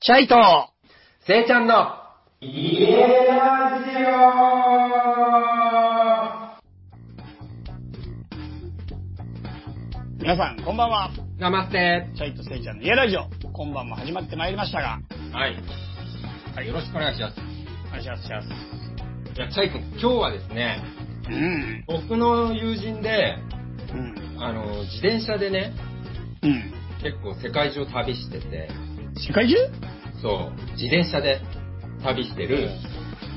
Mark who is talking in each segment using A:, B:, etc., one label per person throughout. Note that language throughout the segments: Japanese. A: シャイと、
B: せいちゃんの、家ラジオ
C: 皆さん、こんばんは。
B: ナマステ
C: チャイとせいちゃんの家ラジオ。今晩も始まってまいりましたが、
B: はい。はい、よろしくお願いします。
C: お願いします、お願いします。
B: いや、チャイ君、今日はですね、
C: うん。
B: 僕の友人で、
C: うん。
B: あの、自転車でね、
C: うん。
B: 結構世界中旅してて、
C: 世界中
B: そう、自転車で旅してる、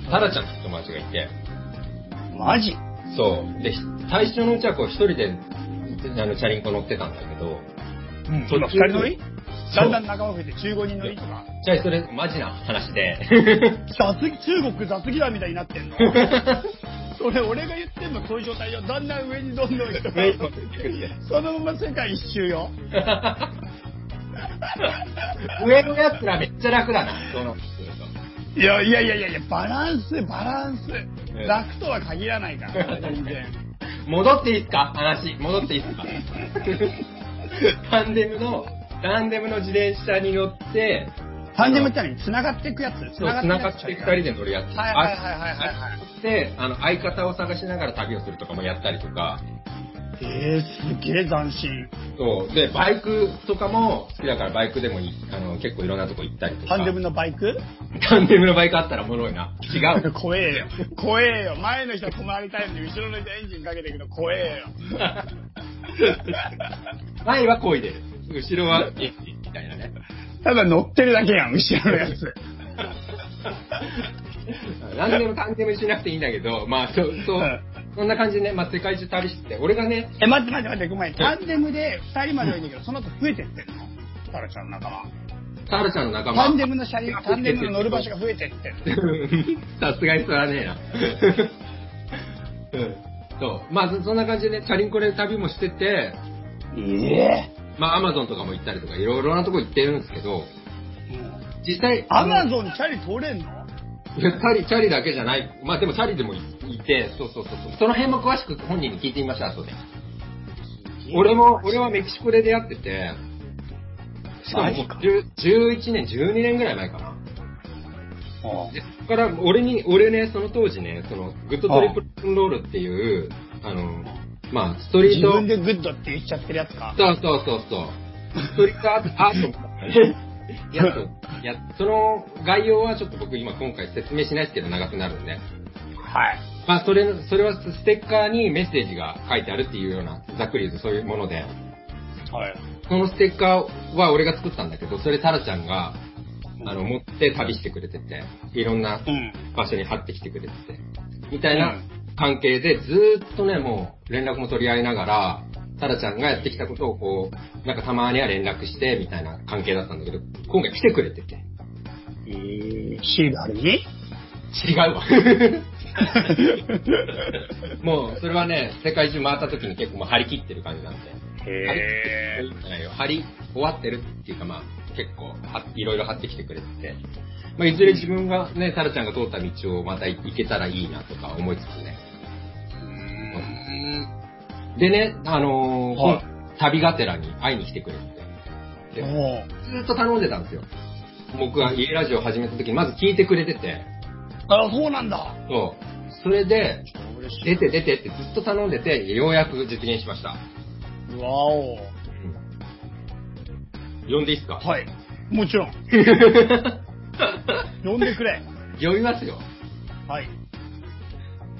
B: タラちゃんって友達がいて、
C: マジ
B: そう、で、最初のうちはこう一人で、あの、チャリンコ乗ってたんだけど、
C: うん
B: そ
C: そ
B: うん
C: な二人乗り
B: そ
C: だ
B: う
C: んだん仲間増えて15人乗りとか。
B: じゃあそれ、マジな話で。
C: 雑技、中国雑技団みたいになってんのそれ俺が言ってんのそういう状態よ。だんだん上にどんどん人が
B: 上にどんどん行くんだよ。
C: そのまま世界一周よ。
B: 上のやつらめっちゃ楽だな、そうなってくると。
C: いやいやいやいやいや、バランス、バランス。
B: え
C: 楽とは限らないから、全然。
B: 戻っていいっすか話、戻っていいっすかタンデムの、タンデムの自転車に乗って、
C: タンデムって何繋がっていくやつ
B: そう、繋がって二人で乗るやつ。
C: はいはいはいはいはいはい
B: あで、あの、相方を探しながら旅をするとかもやったりとか、
C: えー、すげえ斬新。
B: そう、で、バイクとかも好きだからバイクでもいあの、結構いろんなとこ行ったりとか。
C: タンデムのバイク
B: タンデムのバイクあったらおもろいな。違 う。
C: 怖えよ。怖えよ。前の人は止まりたいのに、後ろの人エンジンかけていくの怖え よ。
B: 前は漕いでる。後ろは、え、みたいなね。
C: ただ乗ってるだけやん、後ろのやつ。
B: 何でも探偵もしなくていいんだけど、まあ、そう、そう
C: はい、
B: そんな感じでね、まあ、世界中旅して、俺がね、
C: え、待って待って待って、ごめん。タンデムで2人まではいいんだけど、その後増えてってんのタラちゃんの仲間。
B: タラちゃんの仲間。
C: タンデムの車輪、タンデムの乗る場所が増えてってんの。
B: さすがにそらねえな。うん。そう。まあ、そそんな感じでね、チャリンコで旅もしてて、
C: え
B: まあ、アマゾンとかも行ったりとか、いろいろなとこ行ってるんですけど、
C: えもう
B: 実際、
C: アマ
B: ン
C: ゾンチャリ通れんの
B: いや、チャリ、チャリだけじゃない。まあ、でもチャリでもいいて、そうそうそうそう。その辺も詳しく本人に聞いてみました、後で。俺も、俺はメキシコで出会ってて、しかも
C: マジか
B: 10 11年、12年ぐらい前かな。
C: あ
B: で、そこから俺に、俺ね、その当時ね、その、グッドトリプルロールっていう、あの、まあ、ストリー
C: 自
B: ト、
C: 分でグッドって言っちゃってるやつか。
B: そうそうそうそう。ストリートアート、アート、やっと、やっとその概要はちょっと僕今今回説明しないですけど、長くなるんで。
C: はい。
B: まあ、それ、それはステッカーにメッセージが書いてあるっていうような、ざっくり言うとそういうもので、
C: はい。
B: そのステッカーは俺が作ったんだけど、それタラちゃんが、あの、持って旅してくれてて、いろんな
C: うん。
B: 場所に貼ってきてくれてて、みたいうなん関係で、ずーっとね、もう連絡も取り合いながら、タラちゃんがやってきたことをこう、なんかたまには連絡して、みたいな関係だったんだけど、今回来てくれてて。
C: えー、シールあるに
B: 違う わ。もう、それはね、世界中回った時に結構もう張り切ってる感じなんで。
C: へ
B: 張り切ってるじゃないよ。張り終わってるっていうかまあ、結構は、いろいろ張ってきてくれてて。まあ、いずれ自分がね、タラちゃんが通った道をまた行けたらいいなとか思いつつね。でね、あのー
C: はい
B: 旅がてらに会いに来てくれてて。
C: え。
B: で
C: も
B: ずっと頼んでたんですよ。僕が家ラジオを始めた時にまず聞いてくれてて。
C: う、あ、そうなんだ。
B: そう。それで、
C: 嬉し
B: 出て出てってずっと頼んでて、ようやく実現しました。
C: い。わお。
B: 呼んでいいっすか
C: はい。もちろん。呼んでく れ。
B: 呼びますよ。
C: はい。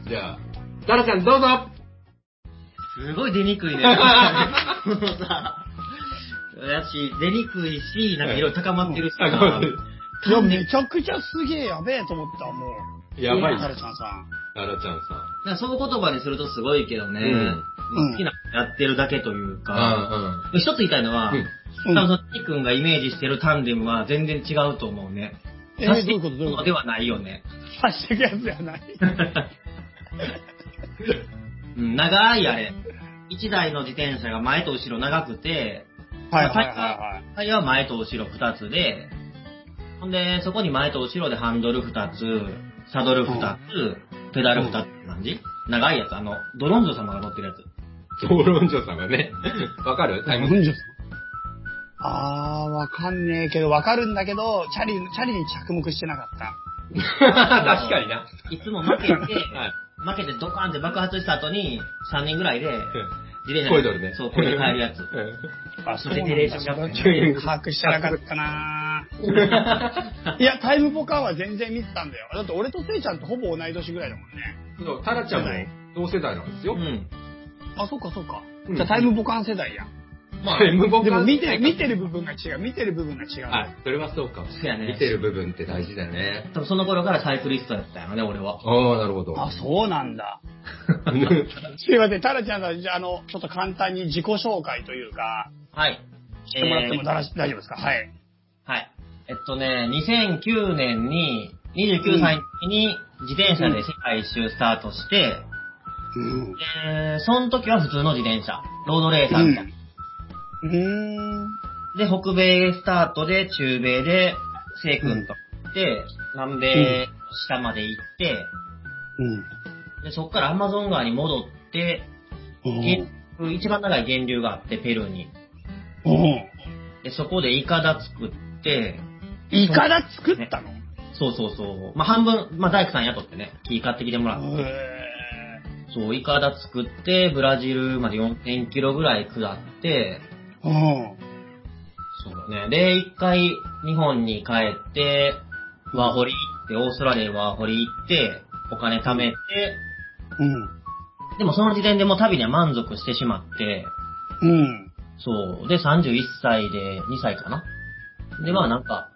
B: じゃあ、タラちゃんどうぞ
D: すごい出にくいね。もうさ、 だし、出にくいし、なんか色々高まってるし
B: うん高まっ
D: さ
B: てる、
C: いや、めちゃくちゃすげえやべえと思った、もう。
B: やばい、
C: タ
B: タ
C: ルちゃんさん。
B: ラちゃんさん。
D: なんかその言葉にするとすごいけどね、
C: うん
D: 好きなことやってるだけというか、
B: あ
D: 一つ言いたいのは、
B: うん
C: うん
D: 多分その谷君がイメージしてるタンデムは全然違うと思うね。
C: えー
D: 走って
C: どういうことどういうこと
D: ではないよね。
C: 走ってくやつじゃない。
D: うん長いあれ。一台の自転車が前と後ろ長くて、
C: はいはいは
D: タイヤは前と後ろ2つで、ほんで、そこに前と後ろでハンドル2つ、サドル2つ、ペダル2つって感じ長いやつ、あの、ドロンゾ様が乗ってるやつ。
B: うん。討論所さんがね。わかるタイ
C: いはい。
B: ム。
C: んじゃあー、わかんねえけど、わかるんだけど、チャリ、チャリに着目してなかった。
B: 確かにな。
D: いつも負けて、
B: はい。
D: 負けてドカーンって爆発した後に、3人ぐらいで、自転車
B: 恋ドルね。
D: そう、恋に帰る やつ。
C: あ、
D: そうなんだレクレーションシャ
C: 把
D: ッ
B: フル
C: 握してなかったなぁいや、タイムポカーは全然見てたんだよ。だって俺とせいちゃんとほぼ同い年ぐらいだもんね。
B: そう、タラちゃんも同世代なんです
D: う
B: よ。
D: ん。
C: あ、そっかそっか。
B: うん
C: じゃあタイムボカン世代や。
D: まあ、
B: タイムボカン
C: でも見て、見てる部分が違う。見てる部分が違う。
B: はい、それはそうかも。
D: そうやね
B: 見てる部分って大事だよね。
D: 多分その頃からサイクリストやったよね、俺は。
B: ああ、なるほ ど。
C: あ、そうなんだ。
B: う
C: すいません、タラちゃんさん、じゃあ、あの、ちょっと簡単に自己紹介というか、
D: はい。
C: してもらってもだらし大丈夫ですかはい。
D: はい。えっとね、2009年に、29歳の時に自転車で世界一周スタートして、
C: うん。
D: えー、その時は普通の自転車、ロードレーサーみたいな。
C: うん。
D: で、北米スタートで、中米で、西君と行って、南米下まで行って、で、そっからアマゾン川に戻って、
C: うん。
D: 源一番長い源流があって、ペルーに。
C: うん。
D: で、そこでイカダ作って、
C: イカダ作ったの
D: そうそうそう。まあ、半分、まあ、大工さん雇ってね、木買ってきてもらって、
C: へ
D: そう、イカダ作って、ブラジルまで4.0キロぐらい下って、
C: ーうん。
D: そうだね。で、一回日本に帰って、ワーホリ行って、オーストラリアにワーホリ行って、お金貯めて、
C: うん。
D: でもその時点でもう旅には満足してしまって、
C: うん。
D: そう。で、31歳で、2歳かな。で、まあなんか、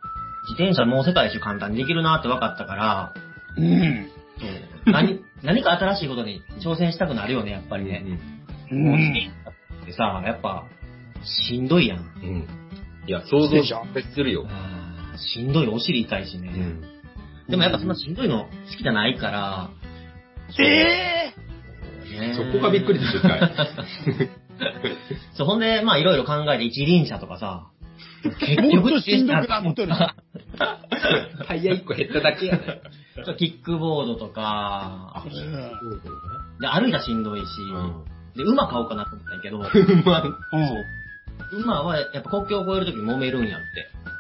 D: 自転車もう世界一周簡単にできるなって分かったから、
C: うん。
D: そう何、 何か新しいことに挑戦したくなるよね、やっぱりね。
B: ん
C: う
D: うん
C: ん。
D: でさ、やっぱ、しんどいやん。
B: うん。いや、想像するよ。
D: あーしんどい、お尻痛いしね。
B: うん。
D: でもやっぱそんなしんどいの好きじゃないから、
C: え
D: ね
B: そこがびっくりですよ、一回。
D: そう、ほんで、まあいろいろ考えて一輪車とかさ、結
C: ー、もっ
D: 局
C: と
D: 自
C: しんど
D: 転車
C: くなってる。
B: タイヤ1個減っただけやね。
D: そうキックボードとか、
C: うん
D: で、歩いたらしんどいし、
B: うん。
D: で、馬買おうかなと思ったんやけど、
B: ま
C: うん。
D: 馬はやっぱ国境を越えるとき揉めるんやって。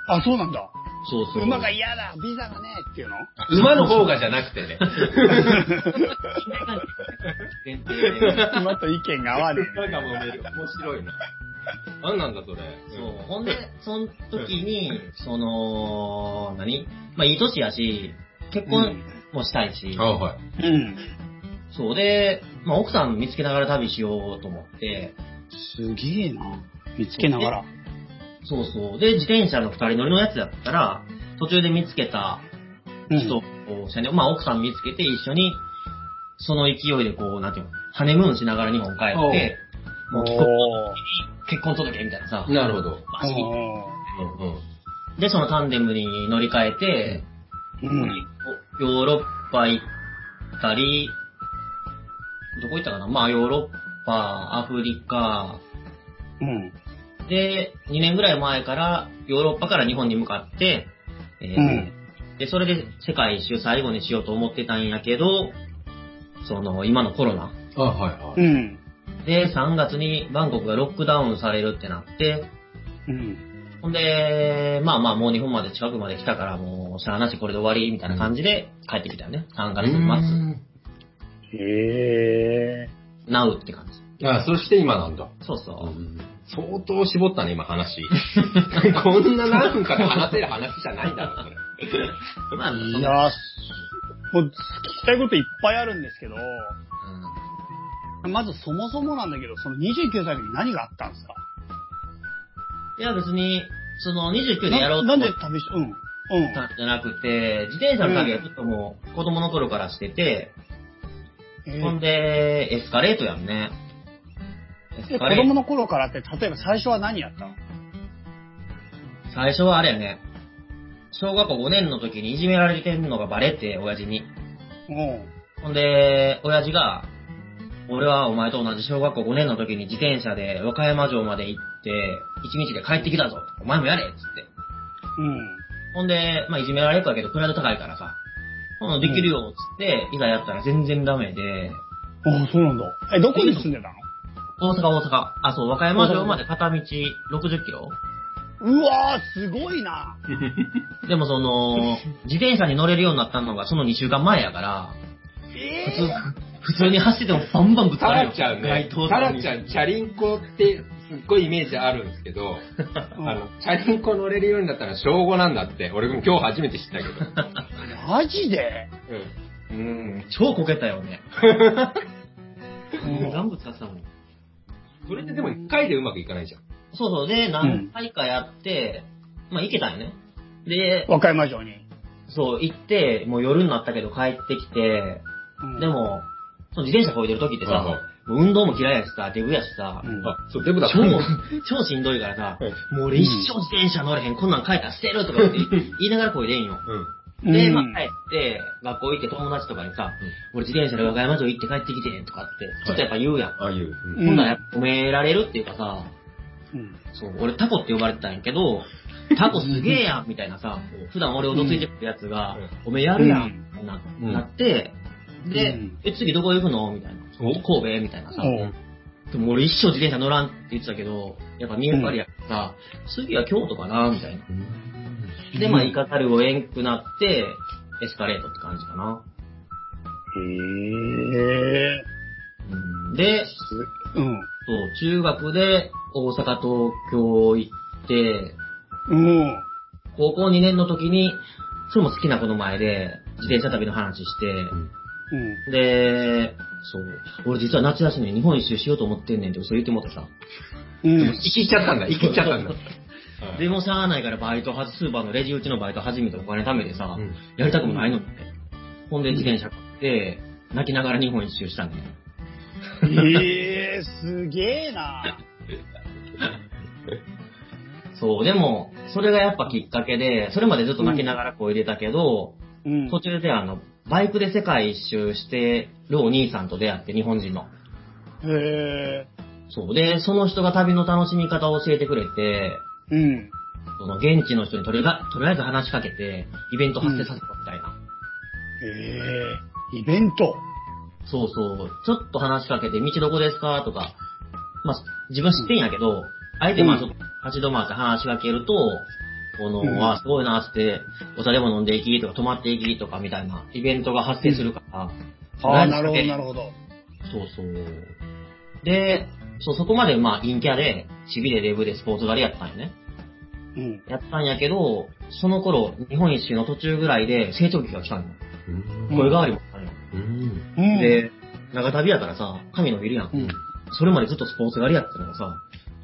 C: あ、そうなんだ。
D: そうそう。
C: 馬が嫌だ、ビザがねえっていうの
B: あ馬の方がじゃなくてね。
D: 限定で
C: 馬と意見が合わね
B: 馬が揉める。面白いな。何なんだ、それ。
D: そう。ほんで、 その時に、その、何まあいい年やし、結婚もしたいし、
B: あはい。
C: え。うん。
D: そうで、まあ、奥さん見つけながら旅しようと思って、
C: すげえな。見つけながら。
D: そうそう。で、自転車の二人乗りのやつだったら、途中で見つけた人を、まあ、奥さん見つけて一緒に、その勢いでこう、なんていうの、ハネムーンしながら日本帰って、もう帰国
C: おー
D: 結婚届けみたいなさ、
B: なるほど。
D: マジ
B: うん
D: で、そのタンデムに乗り換えて、
C: うん。
D: ヨーロッパ行ったり、どこ行ったかなまあ、ヨーロッパ、アフリカ、
C: うん。
D: で、2年ぐらい前から、ヨーロッパから日本に向かって、えー
C: うん
D: で、それで世界一周最後にしようと思ってたんやけど、その、今のコロナ。
B: あはいは
C: う
B: い。
C: ん。
D: で、3月にバンコクがロックダウンされるってなって、
C: うん。
D: ほんで、まあまあもう日本まで近くまで来たからもう、しゃあなしこれで終わり、みたいな感じで帰ってきたよね。3月末。
C: へえ。
D: ナウって感じ。
B: あ、そして今なんだ。
D: そうそう。
B: 相当絞ったね、今 話。こんな何分かで話せる話じゃないんだろ、これ。
D: まあ、そ
C: い
D: の、
C: やー、もう聞きたいこといっぱいあるんですけど、まずそもそもなんだけど、その29歳の時に何があったんですか
D: うんいや別に、その29でやろ
C: な
D: うと思
C: な
D: っ
C: んで
D: て
C: 旅し、うん。うん。
D: じゃなくて、自転車の旅はちょっともう子供の頃からしてて、
C: え
D: ほん
C: ー
D: で、エスカレートやんね。エ
C: え
D: ス
C: 子
D: カレ
C: 供
D: ート。
C: の頃からって、例えば最初は何やったの
D: 最初はあれやね。小学校5年の時にいじめられてるのがバレて、親父に。
C: う
D: ほんで、親父が、俺はお前と同じ小学校5年の時に自転車で和歌山城まで行って、1日で帰ってきたぞ。お前もやれっつって。
C: ん。うん。
D: ほんで、まあいじめられるわけど、プライド高いからさ。ほんでできるよ、つって、いざやったら全然ダメで、
C: ああ、そうなんだ。え、どこに住んでたの
D: 大阪、大阪。あ、そう、和歌山城まで片道60キロ
C: うわー、すごいな。
D: でもその、自転車に乗れるようになったのがその2週間前やから、
C: え
D: 普
C: ー、
D: 通、普通に走っててもバンバンぶつ
B: タ
D: かる
B: ラ
D: よ。
B: ちゃんね
D: 街、灯と
B: タ
D: か
B: ラ
D: に
B: ちゃん、チャリンコってすっごいイメージあるんですけど、あ
C: うん
B: の、チャリンコ乗れるようになったら小5なんだって、俺も今日初めて知ったけど。
C: マジで
B: うん。うん。
D: 超こけたよね。
C: ん
D: ガンぶつかってたもん。
B: それってでも一回でうまくいかないじゃん。
D: そうそう、で、何回かやって、まあ、行けたよね。で、
C: 和歌山城に。
D: そう、行って、もう夜になったけど帰ってきて、
C: うん
D: で、も、その自転車こいでる時って
B: はいは
D: さ、もう運動も嫌いやしさ、デブやしさ
C: う、ん
B: あ、そう、デブだ
D: 超、 超しんどいからさ、もう俺一生自転車乗れへん、こんなん書いたら捨てるとか言って言いながらこいでんよ。
B: うん。
D: で、まあ
C: うん
D: 帰って、学校行って友達とかにさ
B: うん、
D: 俺自転車で和歌山城行って帰ってきてんとかって、ちょっとやっぱ言うやん。
B: ああいう。
C: うん
D: ほんならやっぱ褒められるっていうかさ、
C: うん
D: そう、俺タコって呼ばれてたんやけど、タコすげえやんみたいなさ、普段俺をどついてくるやつが、おめえやるやんってな
B: うん
D: なって、で、
C: うん
D: え、次どこ行くのみたいな。
B: お
D: 神戸みたいなさ。
C: おう
D: でも俺一生自転車乗らんって言ってたけど、やっぱ見えっぱりやからさ、次は京都かなみたいな。で、まあ、イカタルをえんくなって、エスカレートって感じかな。
C: へえ。
D: うんで、
C: うん。
D: そう、中学で大阪、東京行って、
C: うん。
D: 高校2年の時に、それも好きな子の前で、自転車旅の話して、
C: うん。
D: で、そう、俺実は夏休みに日本一周しようと思ってんねんって嘘言ってもってさ。
C: うん。
B: 生きちゃったんだ、生きちゃったんだ。
D: でもしゃあないからバイトはスーパーのレジ打ちのバイト始めてお金貯めてさ、
B: うん
D: やりたくもないのにって。ほんで自転車買って、泣きながら日本一周したんだよ。
C: へえ、すげえな。
D: そう、でも、それがやっぱきっかけで、それまでずっと泣きながらこう入れたけど、
C: うん。
D: 途中であの、バイクで世界一周してるお兄さんと出会って、日本人の。
C: へえ。
D: そう。で、その人が旅の楽しみ方を教えてくれて、
C: うん。
D: その現地の人にとりあえずとりあえず話しかけて、イベント発生させたみたいな。
C: へえ。イベント。
D: そうそう。ちょっと話しかけて、道どこですかとか、まあ、自分知ってんやけど、あえてまあちょっと立ち止まって話しかけると、この、
C: うん
D: わあ、すごいなっつって、お茶でも飲んでいきとか、泊まっていきとかみたいなイベントが発生するから。
C: ああ、なるほど、な
D: ほ
C: るほど。
D: ど。そうそう。で、そう、そこまでまあ陰キャで、チビでデブでスポーツ狩りやったんよね。
C: うん。
D: やったんやけど、その頃、日本一周の途中ぐらいで成長期が来たん
B: う
D: よ。
B: ん
D: 声変わりもあるよ。
B: うん。
C: うん。
D: で、長旅やからさ、髪伸びるやん。
C: うん。
D: それまでずっとスポーツ狩りやったのがさ、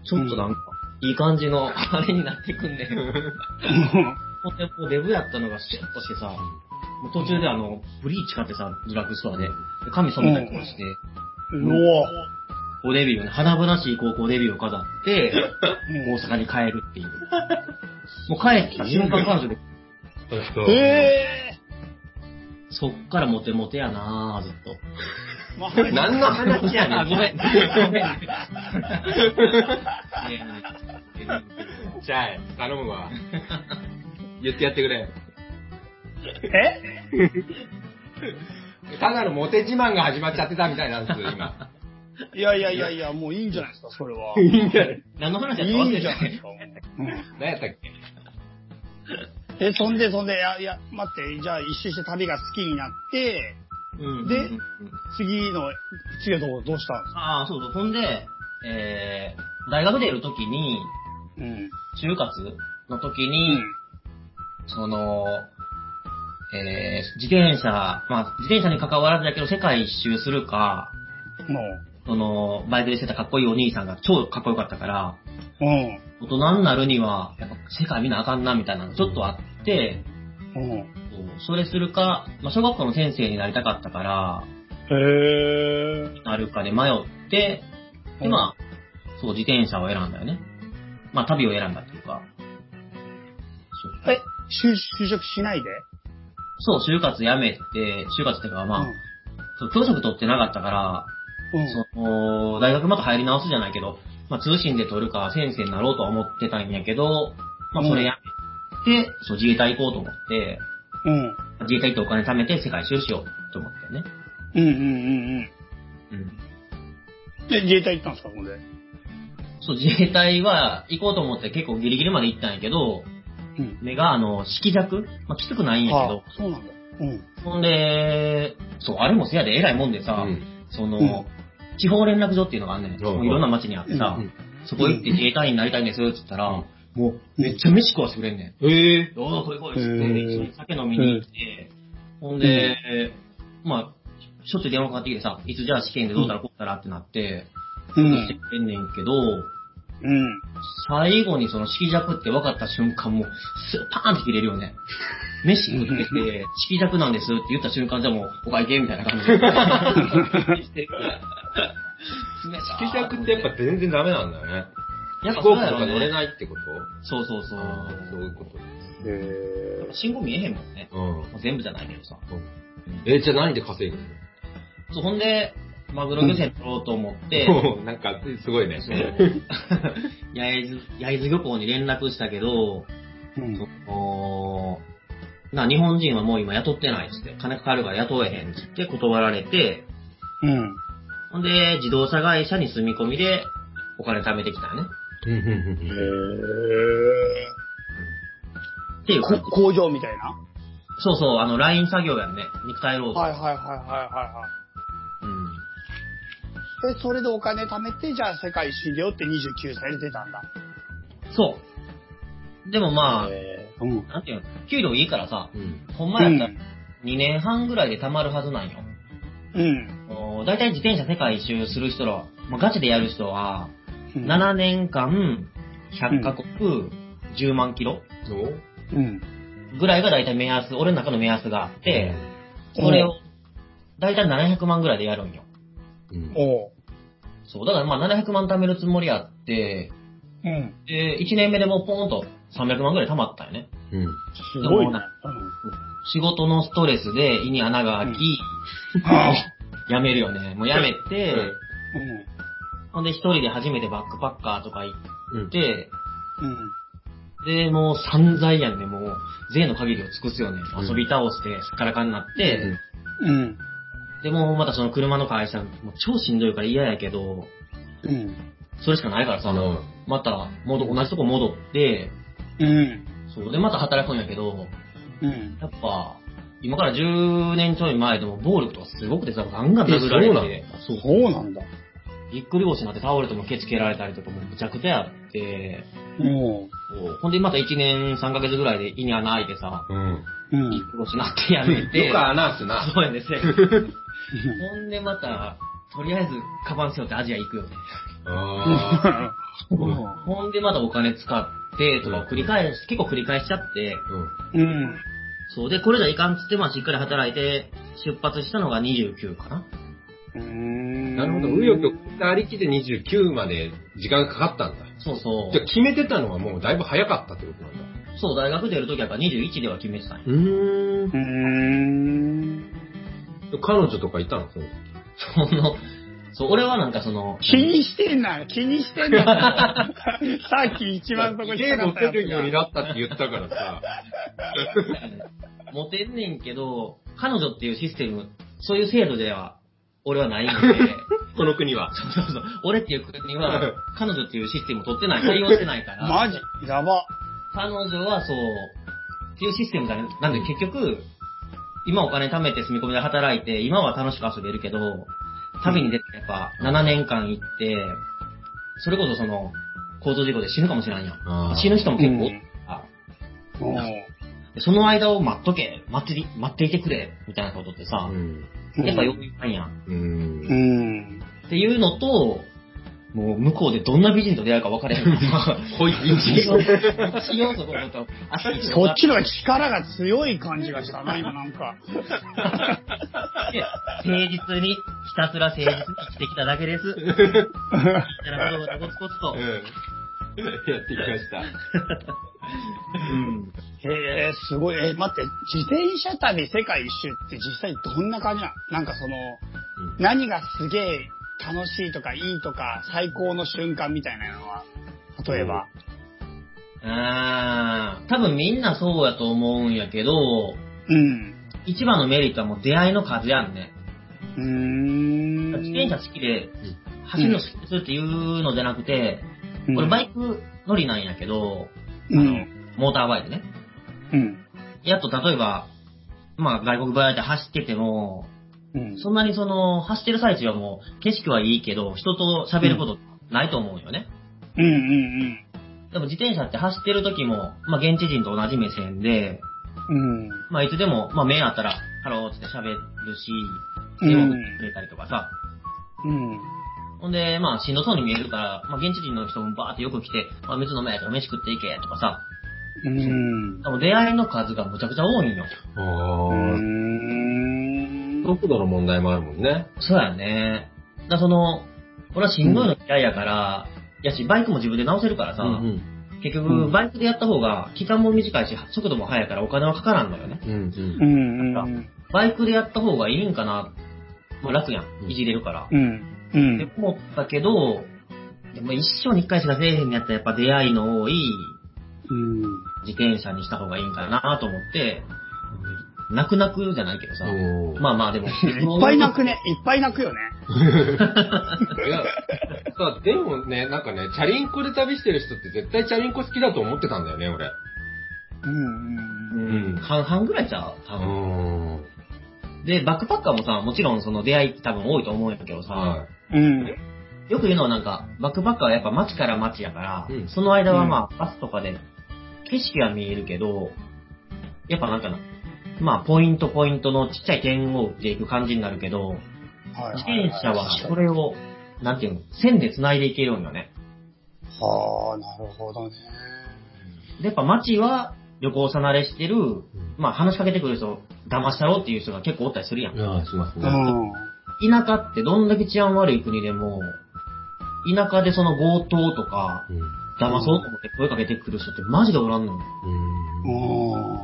D: ちょっとなんか、いい感じの、あれになってくんねん。ほんで、こうデブやったのがシュッとしてさ、もう途中であの、ブリーチ買ってさ、ドラッグストアで、で髪染めたりとかして、
C: うお
D: こうデビューをね、華々しい高校デビューを飾って、
C: うん
D: 大阪に帰るっていう。もう帰った瞬間彼女で、
C: へえ。
D: そっからモテモテやなぁ、ずっと。
C: まあ
B: 何の話やね
D: あ、
B: ん。
D: ごめん。ごめん。
B: じゃあ、頼むわ。言ってやってくれ。
C: え
B: ただのモテ自慢が始まっちゃってたみたいなんですよ、今。
C: いやいやいやいや、もういいんじゃないですか、それは。
B: いいんじゃない
D: 何の話
C: い
D: やっ
C: い
D: たか忘
C: ん
D: れ
C: じ
D: ちゃ
C: ゃ
D: っ
C: な
D: た
C: いですか。うん
B: 何やったっけ
C: え、そんで、そんで、いや、いや、待って、じゃあ一周して旅が好きになって、
D: うん
C: で
D: うんうん
C: 次の、次のとこどうしたんですか
D: ああ、そうそう。ほんで、えー、大学でいるときに、
C: うん。
D: 就活のときに、その、えー、自転車、まあ、自転車に関わらずだけど、世界一周するか、
C: うん。も
D: その、バイクでしてたかっこいいお兄さんが超かっこよかったから、
C: う。うん。
D: 大人になるには、やっぱ世界見なあかんな、みたいなのがちょっとあって、
C: うん。
D: そうそれするか、まあ、小学校の先生になりたかったから、
C: へえ。
D: なるかで迷って、で、まあ、そう、自転車を選んだよね。まあ、旅を選んだっていうか。そう、
C: え、就就職しないで
D: そう就活やめて、就活っていうか、ま
C: う
D: あ、
C: ん
D: そう教職取ってなかったから、
C: うん。
D: その、大学また入り直すじゃないけど、まあ、通信で取るか先生になろうとは思ってたんやけど、まあ、それやめて、そう、自衛隊行こうと思って、
C: うん。
D: 自衛隊ってお金貯めて世界一周しようと思ってね。
C: うんうんうんうん。
D: うん。
C: で、自衛隊行ったんですか、ここで。
D: そう、自衛隊は行こうと思って結構ギリギリまで行ったんやけど、
C: うん。
D: 目が、あの、色弱まあ、きつくないんやけ
C: あ
D: ど、
C: そうなんだ。うん。
D: ほんで、そう、あれもせやで偉いもんでさ、
B: うん
D: その、
C: うん
D: 地方連絡所っていうのがあんねん。
B: ん
D: もういろんな町にあってさ、
B: うん
D: そこ行って自衛隊員になりたいんですって言ったら、
B: うん
D: もうめっちゃ飯食わしてくれんねん。
B: ええ
D: どうぞ来い来いっつ
C: へ
D: って、
C: ー
D: 一緒に酒飲みに行って、ほんで、まあ、しょっちゅう電話かかってきてさ、いつじゃあ試験でどうたらこうたらってなって、
C: う
D: して
C: ん。
D: くれんねんけど、
C: うん。
D: 最後にその色弱って分かった瞬間もう、スーパーンって切れるよね。飯食ってて、 色弱なんですって言った瞬間じゃあもう、お会計みたいな感じで。冷た
B: 希
D: い
B: 釈ってやっぱ全然ダメなんだよね。
D: やっぱ
B: 飛
D: そ
B: 行
D: う
B: 機
D: や
B: と
D: ろ
B: か乗れ
D: ね。
B: ないってこと
D: そうそうそう。
B: そういうことです。
C: へえ。
D: 信号見えへんもんね。
B: うん。
D: もう全部じゃないけどさ。
B: え、じゃあ何で稼ぐの
D: そうほんで、マグロ漁船取ろうと思って、
B: もうなんか、すごいね。
D: 八重洲、八重洲漁港に連絡したけど、
C: うん。
D: そのな、日本人はもう今雇ってないっつって、金かかるから雇えへんっつって断られて、
C: うん。
D: ほんで、自動車会社に住み込みでお金貯めてきたね。
B: うんうんうん
C: へ
B: うん
C: え。
D: っていうか
C: こ工場みたいな
D: そうそう、あの、ライン作業やんね。肉体労
C: はいは
D: 働。
C: いはいはいは
D: うん。
C: いはい。で、それでお金貯めて、じゃあ世界一周出ようって29歳で出たんだ。
D: そう。でもま
C: へーうん
D: あ、なんていうの、給料いいからさ、
B: うん。
D: ほんま
C: う
D: やっ
C: ん
D: たら2年半ぐらいで貯まるはずなんよ。
C: うん。
D: おー大体自転車世界一周する人ら、まあ、ガチでやる人は、
C: うん。
D: 7年間、100カ国、10万キロ
B: そう
C: うん。
D: ぐらいが大体目安、俺の中の目安があって、それを、大体700万ぐらいでやるんよ。
B: うん。
C: おう。
D: そう、だからまあ700万貯めるつもりあって、
C: うん。
D: で、1年目でもうポーンと300万ぐらい貯まったよね。
B: うん。
C: すごい
D: でも
C: ね。
D: 仕事のストレスで胃に穴が開き、
C: うん。あ
D: 辞めるよね。もう辞めて、
C: うん。
D: ほんで一人で初めてバックパッカーとか行っ
B: うん。
D: て、
C: うん。
D: で、もう散財やんね、もう、税の限りを尽くすよね。
B: うん
D: 遊び倒して、すっからかになって、
B: うん
C: うん。
D: でも、またその車の会社、もう超しんどいから嫌やけど、
C: うん。
D: それしかないから
B: あ
D: さ、
B: の、
D: また、戻、同じとこ戻って、
C: うん。
D: そう、で、また働くんやけど、
C: うん。
D: やっぱ、今から10年ちょい前でも暴力とかすごくてさ、ガンガン殴られ
B: え、
D: てそう
C: そうなんだ。
D: ぎっくり腰になって倒れてもケチ蹴られたりとかもむちゃくちゃやって、
C: も
D: ほんでまた1年3ヶ月ぐらいで胃に穴開いてさ、
B: うん。
C: う。う
D: ぎっ
C: ん。
D: くり腰になってやめて、
B: よく話すな。
D: そうやね、せやほんでまた、とりあえず、カバン背負ってアジア行くよね。
B: あ
D: ほんでまたお金使って、とかを繰り返し、結構繰り返しちゃって、
B: ーうん。
C: うん。
D: そうで、これじゃいかんっつって、まあしっかり働いて、出発したのが29かな。
C: うん。
B: なるほど、右翼ありきで29まで時間がかかったんだ。
D: そうそ
B: じゃあ決めてたのはもうだいぶ早かったってことなんだ。
D: う。そう、大学出るときはやっぱ21では 決めてたんよ。
B: うーん
C: う。ん。
B: 彼女とかいたのその時
D: その、そう、俺はなんかそ の、
C: 気にしてんな、気にしてんな。さっき一番そこ
B: ゲーム
C: っ
B: を
C: た
B: 出
C: やつ
B: るように
C: が。
B: なったって言ったからさ。
D: モテんねんけど、彼女っていうシステム、そういう制度では、俺はないので、
B: この国は。
D: そうそうそう、俺っていう国は、 彼女っていうシステムを取ってない、対応してないから、
C: マジやば。
D: 彼女はそう、っていうシステムだね。なんで結局、今お金貯めて住み込みで働いて、今は楽しく遊べるけど、旅に出てやっぱ7年間行って、それこそその、交通事故で死ぬかもしれんや
B: あ
D: ん。
B: ー
D: 死ぬ人も結構多い
C: うん
D: から、
C: うん。
D: でその間を待っとけ、待ってり、待っていてくれ、みたいなことってさ、
B: うん。
D: やっぱ余裕なんやん。
C: う
B: う。
C: んん。
D: っていうのと、もう向こうでどんな美人と出会うか分からへんから。
B: こい
D: 一応
B: つ、
D: 一応そこもと、あ一応
C: こっちの方が力が強い感じがしたな、今なんか。
D: で誠実に、ひたすら誠実に生きてきただけです。みたいなことをコツコツと
B: う。ん。やってきました。
D: うん。
C: へえ、すごい。え、待って、自転車旅世界一周って実際どんな感じなのなんかその、
B: うん
C: 何がすげえ楽しいとかいいとか最高の瞬間みたいなのは、例えば。
D: あー、多分みんなそうやと思うんやけど、
C: うん。
D: 一番のメリットはもう出会いの数やんね。
C: うーん。
D: 自転車好きで、走るの好きですっていうのじゃなくて、
C: うん
D: 俺バイク乗りなんやけど、
C: う
D: あの
C: ん。
D: モーターバイクね。
C: うん。
D: やっと例えば、まあ外国バイクで走ってても、
C: うん。
D: そんなにその走ってる最中はもう景色はいいけど、人と喋ることないと思うよね。
C: うん。うん。
D: でも自転車って走ってる時も、まあ現地人と同じ目線で、
C: うん。
D: まあいつでも、まあ目あったら、ハローって喋るし、
C: うん
D: 手を振ってくれたりとかさ。
C: うん。
D: ほんで、まあしんどそうに見えるから、まあ現地人の人もバーってよく来て、まあ水飲めやとか飯食っていけとかさ。
C: うん。
D: でも出会いの数がむちゃくちゃ多いんよ。
B: あ
C: うん。
B: ー、速度の問題もあるもんね。
D: そうやね。だからその、俺はしんどいの嫌いやから、やし、バイクも自分で直せるからさ、
B: うん
D: 結
C: う
D: 局、
C: ん
D: バイクでやった方が、期間も短いし、速度も速いからお金はかからんのよね。
B: うん。うん
C: うん。うん。
D: バイクでやった方がいいんかな、まあ、楽や。
B: うんん
D: いじれるから。
C: うん。うん
D: って。思ったけど、でも一生に一回しかせえへんのやったらやっぱ出会いの多い
C: うん。
D: 自転車にした方がいいんかなと思って、泣く泣くじゃないけどさ、
B: うん。
D: まあまあでも、い
C: いっぱい泣くね。いっぱい泣くよね。
B: いや、さ、でもね、なんかね、チャリンコで旅してる人って絶対チャリンコ好きだと思ってたんだよね、俺。
C: うん。
D: うん、半々ぐらいちゃう多分
B: ん。
D: で、バックパッカーもさ、もちろんその出会い多分多いと思うんやけどさ、
B: は
C: うん。
D: よく言うのはなんか、バックパッカーはやっぱ街から街やから、
B: うん
D: その間はまあ、バスとかで景色は見えるけど、やっぱなんかな、まあ、ポイントポイントのちっちゃい点を打っていく感じになるけど、
C: はい
D: 自転車はこれを、なんていうの、線で繋いでいけるんよね。
C: はあ、なるほどね。
D: で、やっぱ街は旅行離れしてる、まあ話しかけてくる人、騙したろうっていう人が結構おったりするやん
B: い。。ああ、します
C: う
B: ね。
C: ん。
D: 田舎ってどんだけ治安悪い国でも、田舎でその強盗とか、
B: うん。
D: 騙そうと思って声かけてくる人ってマジでおらんのよ。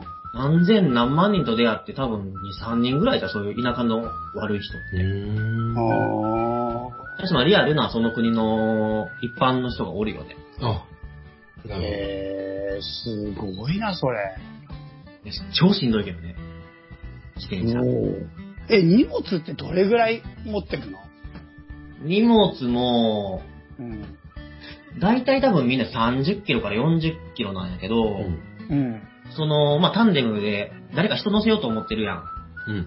C: うん。
D: 何千何万人と出会って多分2、3人ぐらいじゃそういう田舎の悪い人って。
B: うん。
C: あ
D: 確かにリアルなその国の一般の人がおるよね。
B: あ。
C: あ。
B: なる
C: えー、すごいな、それ。
D: いや超しんどいけどね。自転車。
C: え、荷物ってどれぐらい持ってくの
D: 荷物も、
C: うん。
D: だいたい多分みんな30キロから40キロなんやけど、
B: ほど。うん。
C: うん。
D: その、まあ、タンデムで誰か人乗せようと思ってるやん。
B: うん。
C: うん。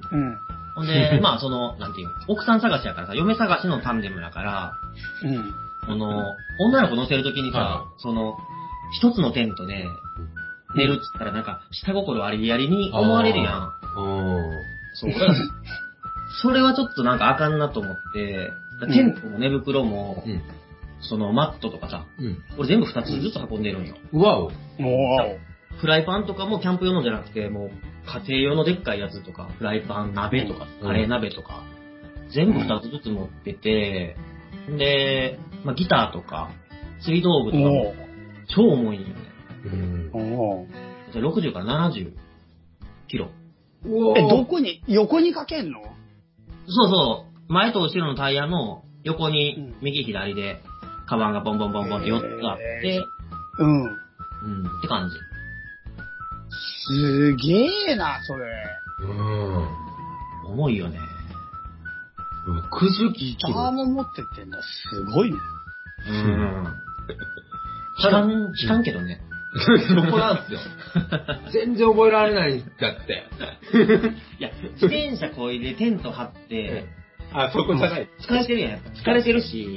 D: ほん で、まあその、なんていうの、奥さん探しやからさ、嫁探しのタンデムやから、
C: うん。
D: この、女の子乗せるときにさ
B: は、
D: その、一つのテントで、寝るっつったらなんか、下心ありやりに思われるやん。そう、だから、 それはちょっとなんかあかんなと思って、だからテントも寝袋も
B: う、ん。
D: そのマットとかさ、
B: うん。
D: 俺全部二つずつ運んでるんよ。
B: うわお。
C: おー
D: フライパンとかもキャンプ用のじゃなくて、もう家庭用のでっかいやつとか、フライパン、鍋とか、
B: うん
D: カレー鍋とか、全部2つずつ持ってて、で、まあ、ギターとか、釣り道具とかも
C: お
D: 超重いんよね。
B: うん
C: ー。おー
D: それ60から70キロ。
B: うわ
C: え、どこに、横にかけんの
D: そうそう、前と後ろのタイヤの横に
C: うん
D: 右左で、カバンがボンボンボンボンって4つあって、
C: うん。
D: うん、って感じ。
C: すげえな、それ。
B: うん。
D: 重いよね。
B: 60キ
C: ギター
B: ロ。
C: も持ってってんだ。すごいね。
D: うん。聞かん、聞かんけどね。
B: そこなんですよ。全然覚えられないんだって。
D: いや、自転車こいでテント張って、
B: あ、そこじゃない。
D: 疲れてるやん。やっぱ疲れてるし、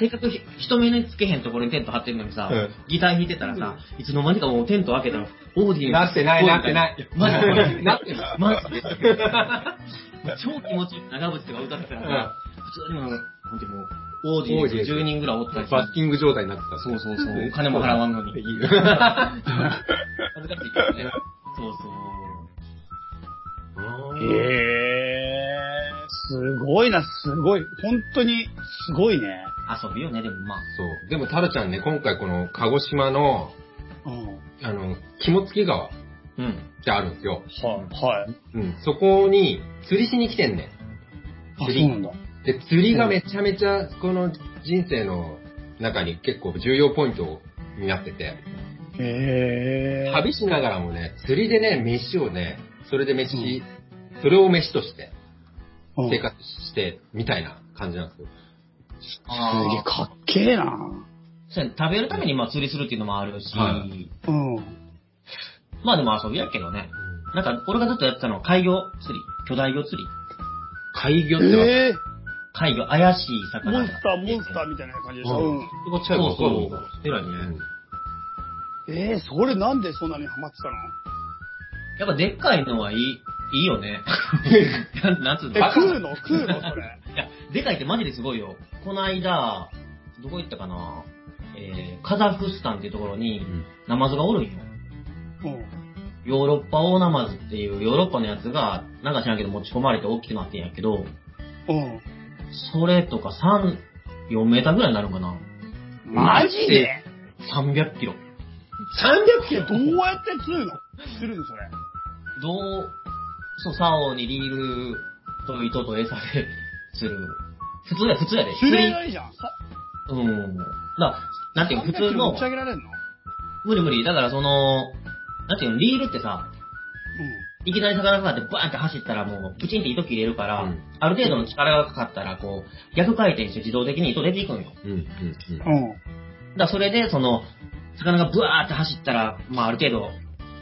D: せっかくひ人目につけへんところにテント張ってるのにさ、
B: うん
D: ギター弾いてたらさ、いつの間にかもうテント開けたら、オーディエンス。
B: なってない、なってない
D: や。マジで。
B: なってない。
D: マジで。超気持ちいい。長渕とか歌ってたらさ、普通にもう、ほんとにもう、オーディエンス
B: オーディエンス
D: 10人ぐらいおったり
B: バッキング状態になってた。
D: そうそうそう。お金も払わんのに。
B: いい
D: 恥ずかしいけどね。そうそう。
C: えー、すごいな、すごい。本当に、すごいね。
D: 遊びよね、でもまあ。
B: そう。でも、タラちゃんね、今回この、鹿児島の、
C: うん。
B: あの、肝付川っ
D: うん。
B: てあるんですよ。
C: はい、はい。
B: うん。そこに、釣りしに来てんね
C: あ、
B: 釣
C: そう
B: り
C: なんだ。
B: ん。で、釣りがめちゃめちゃ、この人生の中に結構重要ポイントになってて、
C: へえー。
B: 旅しながらもね、釣りでね、飯をね、それで飯、それを飯として
C: うん
B: 生活して、みたいな感じなんですよ。
C: すげえ、かっけえな。
D: そうやね食べるためにまあ釣りするっていうのもあるし、
B: は
C: うん。
D: まあでも遊びやけどね。なんか、俺がずっとやってたのは海魚釣り。巨大魚釣り。
B: 海魚ってのは、
C: え
D: 海魚、怪しい
C: ー、
D: 魚。
C: モンスター、モンスターみたいな感じでしょ。
B: う
C: うんん。
B: こっち
D: そ
B: はこ
D: うそうう。偉いね。
C: えー、それなんでそんなにハマってたの
D: やっぱでっかいのはいい、いい よね。なんなんつうの
C: え、
D: バカ
C: 食うの食うのそれ。
D: いや、でかいってマジですごいよ。この間、どこ行ったかなえー、カザフスタンっていうところに
B: ん、
D: ナマズがおるんよ。
C: うん。
D: ヨーロッパオオナマズっていうヨーロッパのやつが、なんか知らんけど持ち込まれて大きくなってんやけど、
C: うん。
D: それとか3、4メーターぐらいになるんかな
B: マジで
D: ?300 キロ。
B: 300
C: い
B: キ
C: や、
B: ロ
C: どうやって釣るの釣るのそれ。
D: どう、そう、竿にリールと糸と餌で釣る。普通や、普通やで。
C: 釣れないじゃん。さ
D: うん。だからなんていうの、普通
C: 持
D: の
C: ち、上げられんの
D: 無理無理。だからその、なんていうの、リールってさ、いきなり魚がかかってバーンって走ったらもう、プチンって糸切れるから、
B: うん
D: ある程度の力がかかったら、こう、逆回転して自動的に糸出ていくんよ。
B: うん、うん、うん。
C: うん。うん。
D: だからそれで、その、魚がブワーって走ったら、まあある程度、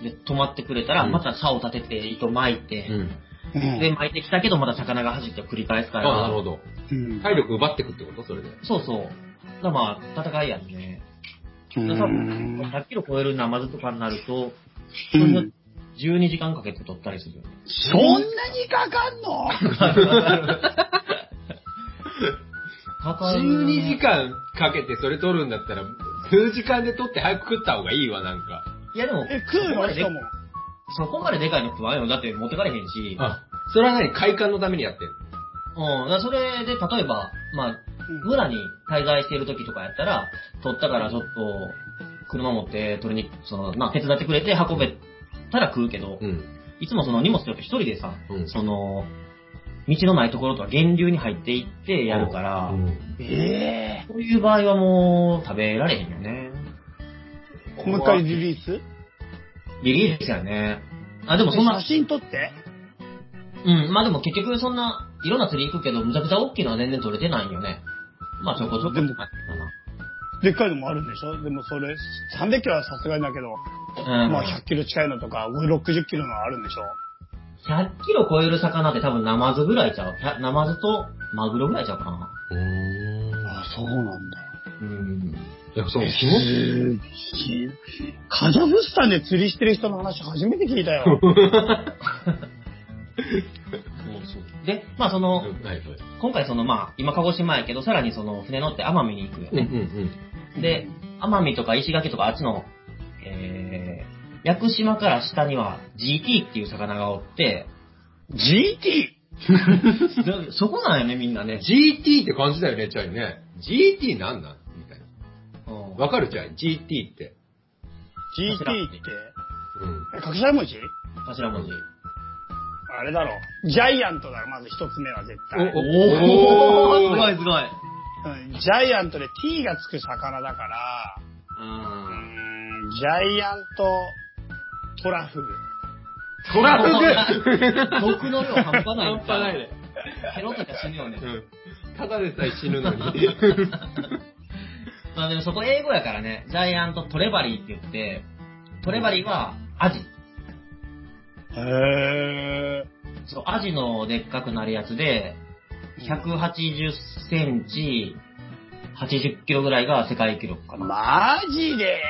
D: で、止まってくれたら、
B: うん
D: また竿を立てて、糸巻いて、
B: うん。
C: うん
D: で、巻いてきたけど、また魚が走って繰り返すから。
B: あなるほど。
C: うん
B: 体力奪ってくってことそれで。
D: そうそう。だからまあ、戦いやんね。
C: う
D: 多分、
C: ん。
D: 100キロ超えるナマズとかになると、
C: う
D: そ
C: ん
D: れも12時間かけて取ったりするよね。
C: そんなにかかんの
D: かかるよね
B: 12時間かけてそれ取るんだったら、数時間で取って早く食った方がいいわ、なんか。
D: いやでも、
C: え、食うのしかも。
D: そこまででかいの食わんよ。だって持ってかれへんし。
B: あ、それは何快感のためにやってんの
D: うん。だからそれで、例えば、まあ、
C: うん
D: 村に滞在してる時とかやったら、取ったからちょっと、車持って取りに、その、まあ、手伝ってくれて運べたら食うけど、
B: うん。
D: いつもその荷物ちょっと一人でさ、
B: うん
D: その、道のないところとか源流に入っていってやるから、
C: え
D: そういう場合はもう食べられへんよね。
C: えもう一回リリース
D: リリースやね。あ、でもそんな
C: 写、真撮って
D: うん、まあでも結局そんな、いろんな釣り行くけど、むちゃくちゃ大きいのは全然取れてないんよね。まあちょこちょこって
C: で
D: 感
C: もで
D: じか
C: っかいのもあるんでしょでもそれ、300キロはさすがにだけど、
D: な。うん、
C: まあ100キロ近いのとか、5、60キロのあるんでしょ
D: 100キロ超える魚って多分ナマズぐらいちゃう。ひゃナマズとマグロぐらいちゃうかな。
B: うーん。
C: あ、そうなんだ。
D: うん。
B: いや、その気持ち、
C: すげえカザフスタンで釣りしてる人の話初めて聞いた よ。
D: で、まあその、
B: うんはいはい。
D: 今回そのまあ、今鹿児島やけど、さらにその船乗って奄美に行くよ
B: うんう
D: ね。
B: ん
D: で、奄美とか石垣とかあっちの、えー、屋久島から下には GT っていう魚がおって、
C: GT?
D: で そこなんよね、みんな
B: うん。
D: ね。
B: GT って感じだよね、チャイね。GT なんなんみたいな。
D: うん
B: わかるチャイ ?GT って。
C: GT って、
B: うん。
C: え隠し文字
D: 頭文字。
C: あれだろ。ジャイアントだろ、まず一つ目は絶対。
B: おおー
D: すごいすごい。
C: うんジャイアントで T がつく魚だから、う
D: うん
C: ーんジャイアントトラフグ。
B: トラフグ
D: 毒の量半端ない
B: 半
D: ん
B: 端
D: だ。
B: ない ね。
D: ペロッとか死ぬよね
B: う。ん。ただでさえ死ぬのに。
D: まあでもそこ英語やからね、ジャイアントトレバリーって言って、トレバリーはアジ。
C: へ
D: そう、アジのでっかくなるやつで、180センチ、80キロぐらいが世界記録かな。
C: マジで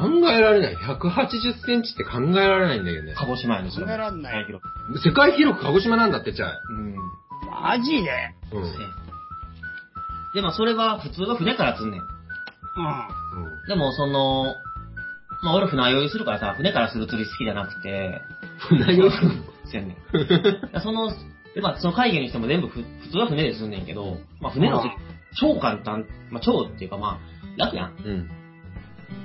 B: 考えられない。180センチって考えられないんだけどね。
D: 鹿児島やね、それ。
C: 考えらんない
D: 世界記録。
B: 世界記録鹿児島なんだって、チャイ。
D: うん。
C: マジで
B: うん。う
D: で、まあそれは普通は船から釣んねん。
C: うん。
B: ん
D: でもその、まあ俺船酔いするからさ、船からする釣り好きじゃなくて、
B: 船酔い。
D: せんねん。その、まあ、その会議にしても全部ふ普通は船ですんねんけど、まあ、船の
C: うん
D: 超簡単、まあ、超っていうかまあ、楽や
B: う
D: ん。
B: ん。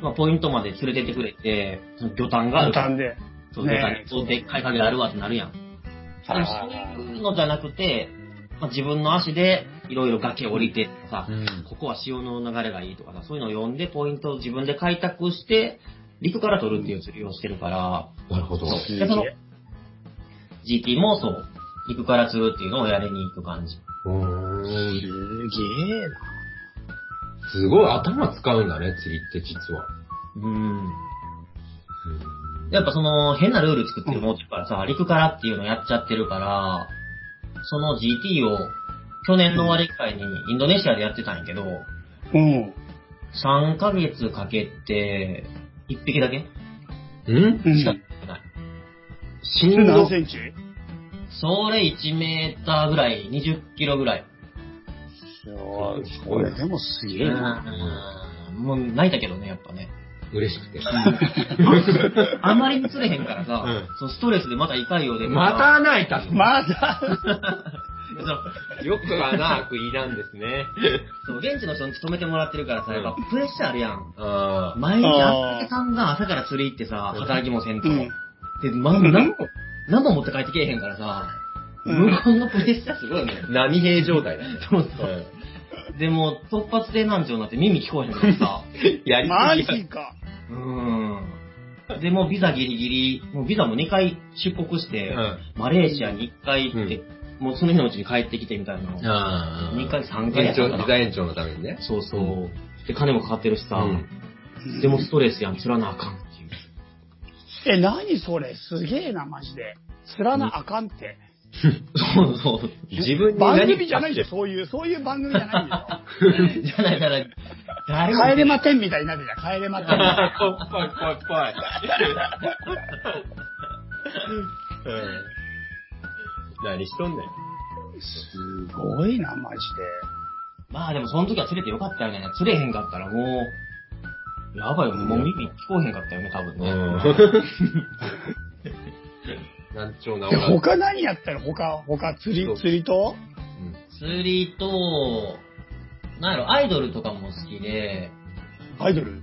D: まあ、ポイントまで連れてってくれて、その魚探がある。
C: ボタンで。
D: そう、
C: ね
D: 魚探に、そう、でっかい影あるわってなるやん。でもそういうのじゃなくて、まあ、自分の足でいろいろ崖降りてさ、
B: うん
D: ここは潮の流れがいいとかさ、そういうのを読んでポイントを自分で開拓して、陸から取るっていう釣りをしてるから、
B: なるほど。
C: すげ
D: でその
C: え
D: GT もそう、陸から釣るっていうのをやりに行く感じ。
B: うーん
C: すげえな。
B: すごい頭使うんだね、釣りって実は。
D: うん。やっぱその変なルール作ってるもんっていうからさ、陸からっていうのやっちゃってるから、その GT を去年の終わりくらいにインドネシアでやってたんやけど、
C: うん。
D: 3ヶ月かけて、1匹だけ
B: うん
C: う
D: しか
C: ん。
D: 取れない。
B: し
C: そ
B: ん
C: れ何
B: ど
C: センチ
D: それ1メーターぐらい、20キロぐらい。
B: ー
C: これでもすげえな。
D: うんもう泣いたけどね、やっぱね。
B: 嬉し くて。
D: あまりに釣れへんからさ、
B: うん
D: そのストレスでまた痛いようで。
B: また泣いたの
C: まだ
D: その
B: よくはなくいなんですね。
D: そう現地の人に勤めてもらってるからさ、やっぱプレッシャーあるやん。
B: あー
D: 毎日
C: あー
D: あんだけ散々朝から釣り行ってさ、
B: うん
D: 働きもせんと。
C: うん。
D: で、ま、何も、何も持って帰ってけえへんからさ、
C: うん
D: 無言のプレッシャーすごいよね。
B: 波平状態だね。
D: そうそうでも、突発性難聴になって耳聞こえへんからさ、
B: うんや
C: マ
B: りすぎ
C: ジか。
D: うーん。で、もうビザギリギリ、もうビザも2回出国して、
B: うん
D: マレーシアに1回行って、もうその日のうちに帰ってきてみたいなの。
B: あー
D: 2回、3回や
B: 延
D: った
B: 長、
D: か
B: ビ
D: ら
B: ザ延長のためにね。
D: そうそう、
B: う
D: で、金もかかってるしさ、
B: うん
D: でもストレスやん、釣らなあかんっていう。
C: え、何それすげえな、マジで。釣らなあかんって。
D: そうそう。
B: 自分に
C: 番
B: 何
C: 組じゃないでしょ、そういう、そういう番組じゃないん だよ。
D: じゃないじゃない。誰も
C: 帰れまてんみたいになるじゃん、帰れまて んみたいな。
B: 怖い怖い怖い怖い。うん何しとんねん。
C: すごいな、マジ
D: まあでもその時は釣れてよかったよね。釣れへんかったらもう、やばいよ、もう耳聞こえへんかったよね、多分ね。
B: 難聴治ら
C: で。で
B: ない
C: 他何やったの他、他、釣
B: そ
C: り、
B: う
C: 釣りと
B: うん
D: 釣りと、なんやろ、アイドルとかも好きで、
C: アイドル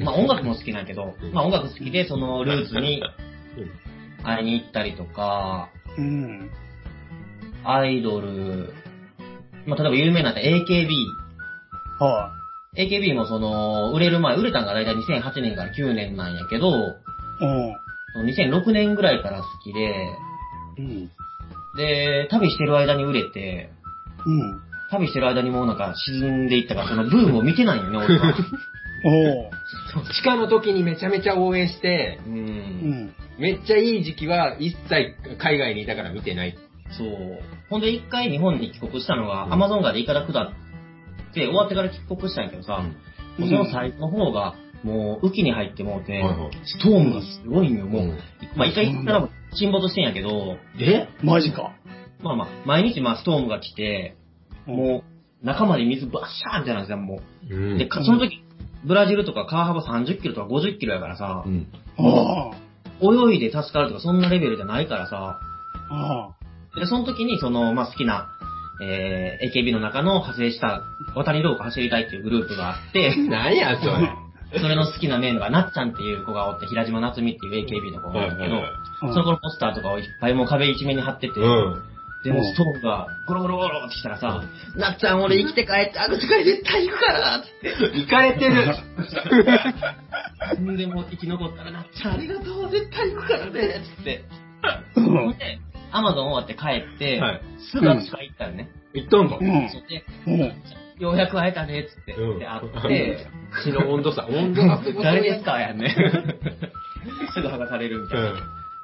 D: まあ音楽も好きなんやけど
B: うん、
D: まあ音楽好きで、そのルーツに会いに行ったりとか、
C: うん。
D: アイドル、まあ例えば有名な AKB。
C: は
D: AKB もその、売れる前、売れたんが大体2008年から9年なんやけど、
C: い、
D: その2006年ぐらいから好きで、
C: うん。うん。
D: で、旅してる間に売れて、
C: うん。
D: 旅してる間にもうなんか沈んでいったから、そのブームを見てないよね、俺 は。
C: おう。
B: 地下の時にめちゃめちゃ応援して、
D: う。
C: うんん。
B: めっちゃいい時期は一切海外にいたから見てない。
D: そう。ほんで一回日本に帰国したのが、
B: うん
D: アマゾン川でイカダ下って、終わってから帰国したんやけどさ、もうその最後の方が、もう雨季に入ってもうて、
B: はいはい
D: ストームがすごいんよ、もう。
B: うん
D: まあ一回行ったらもう沈没してんやけど、
B: え
C: マジか。
D: まあまあ、毎日まあストームが来て、もう中まで水バッシャーみたいなんですよ、も
B: う
D: う。で、
B: ん。
D: かその時、ブラジルとか川幅30キロとか50キロやからさ、
B: うん
C: うん。あ
D: 泳いで助かるとかそんなレベルじゃないからさ、
C: あ。ああ。
D: で、その時にその、まあ、好きな、えー、AKB の中の派生した、渡り廊下走りたいっていうグループがあって、
B: 何や、それ。
D: それの好きなメンバー、なっちゃんっていう子がおって、平島夏美っていう AKB の子がおるんだけど、
C: うん
D: その子のポスターとかをいっぱいもう壁一面に貼ってて、
B: うん。
D: でもストーンがゴロゴロゴロってきたらさ、
B: なっちゃん、俺生きて帰って、あの世界絶対行くからっって。行かれてる。
D: んでもう生き残ったら、なっちゃんありがとう、絶対行くからね、つって。
C: うん
D: ほんで、アマゾン終わって帰って、
B: はい
D: すぐ握手会行ったのね。
B: 行ったんだ
C: う。ん。
D: そして
C: うん。
D: ようやく会えたね、つって。
B: うん
D: で、会って、
B: 血の温度差、温度差すごい。
D: 誰ですかやん ね。すぐ剥がされるみた
B: う
D: いな。
B: ん。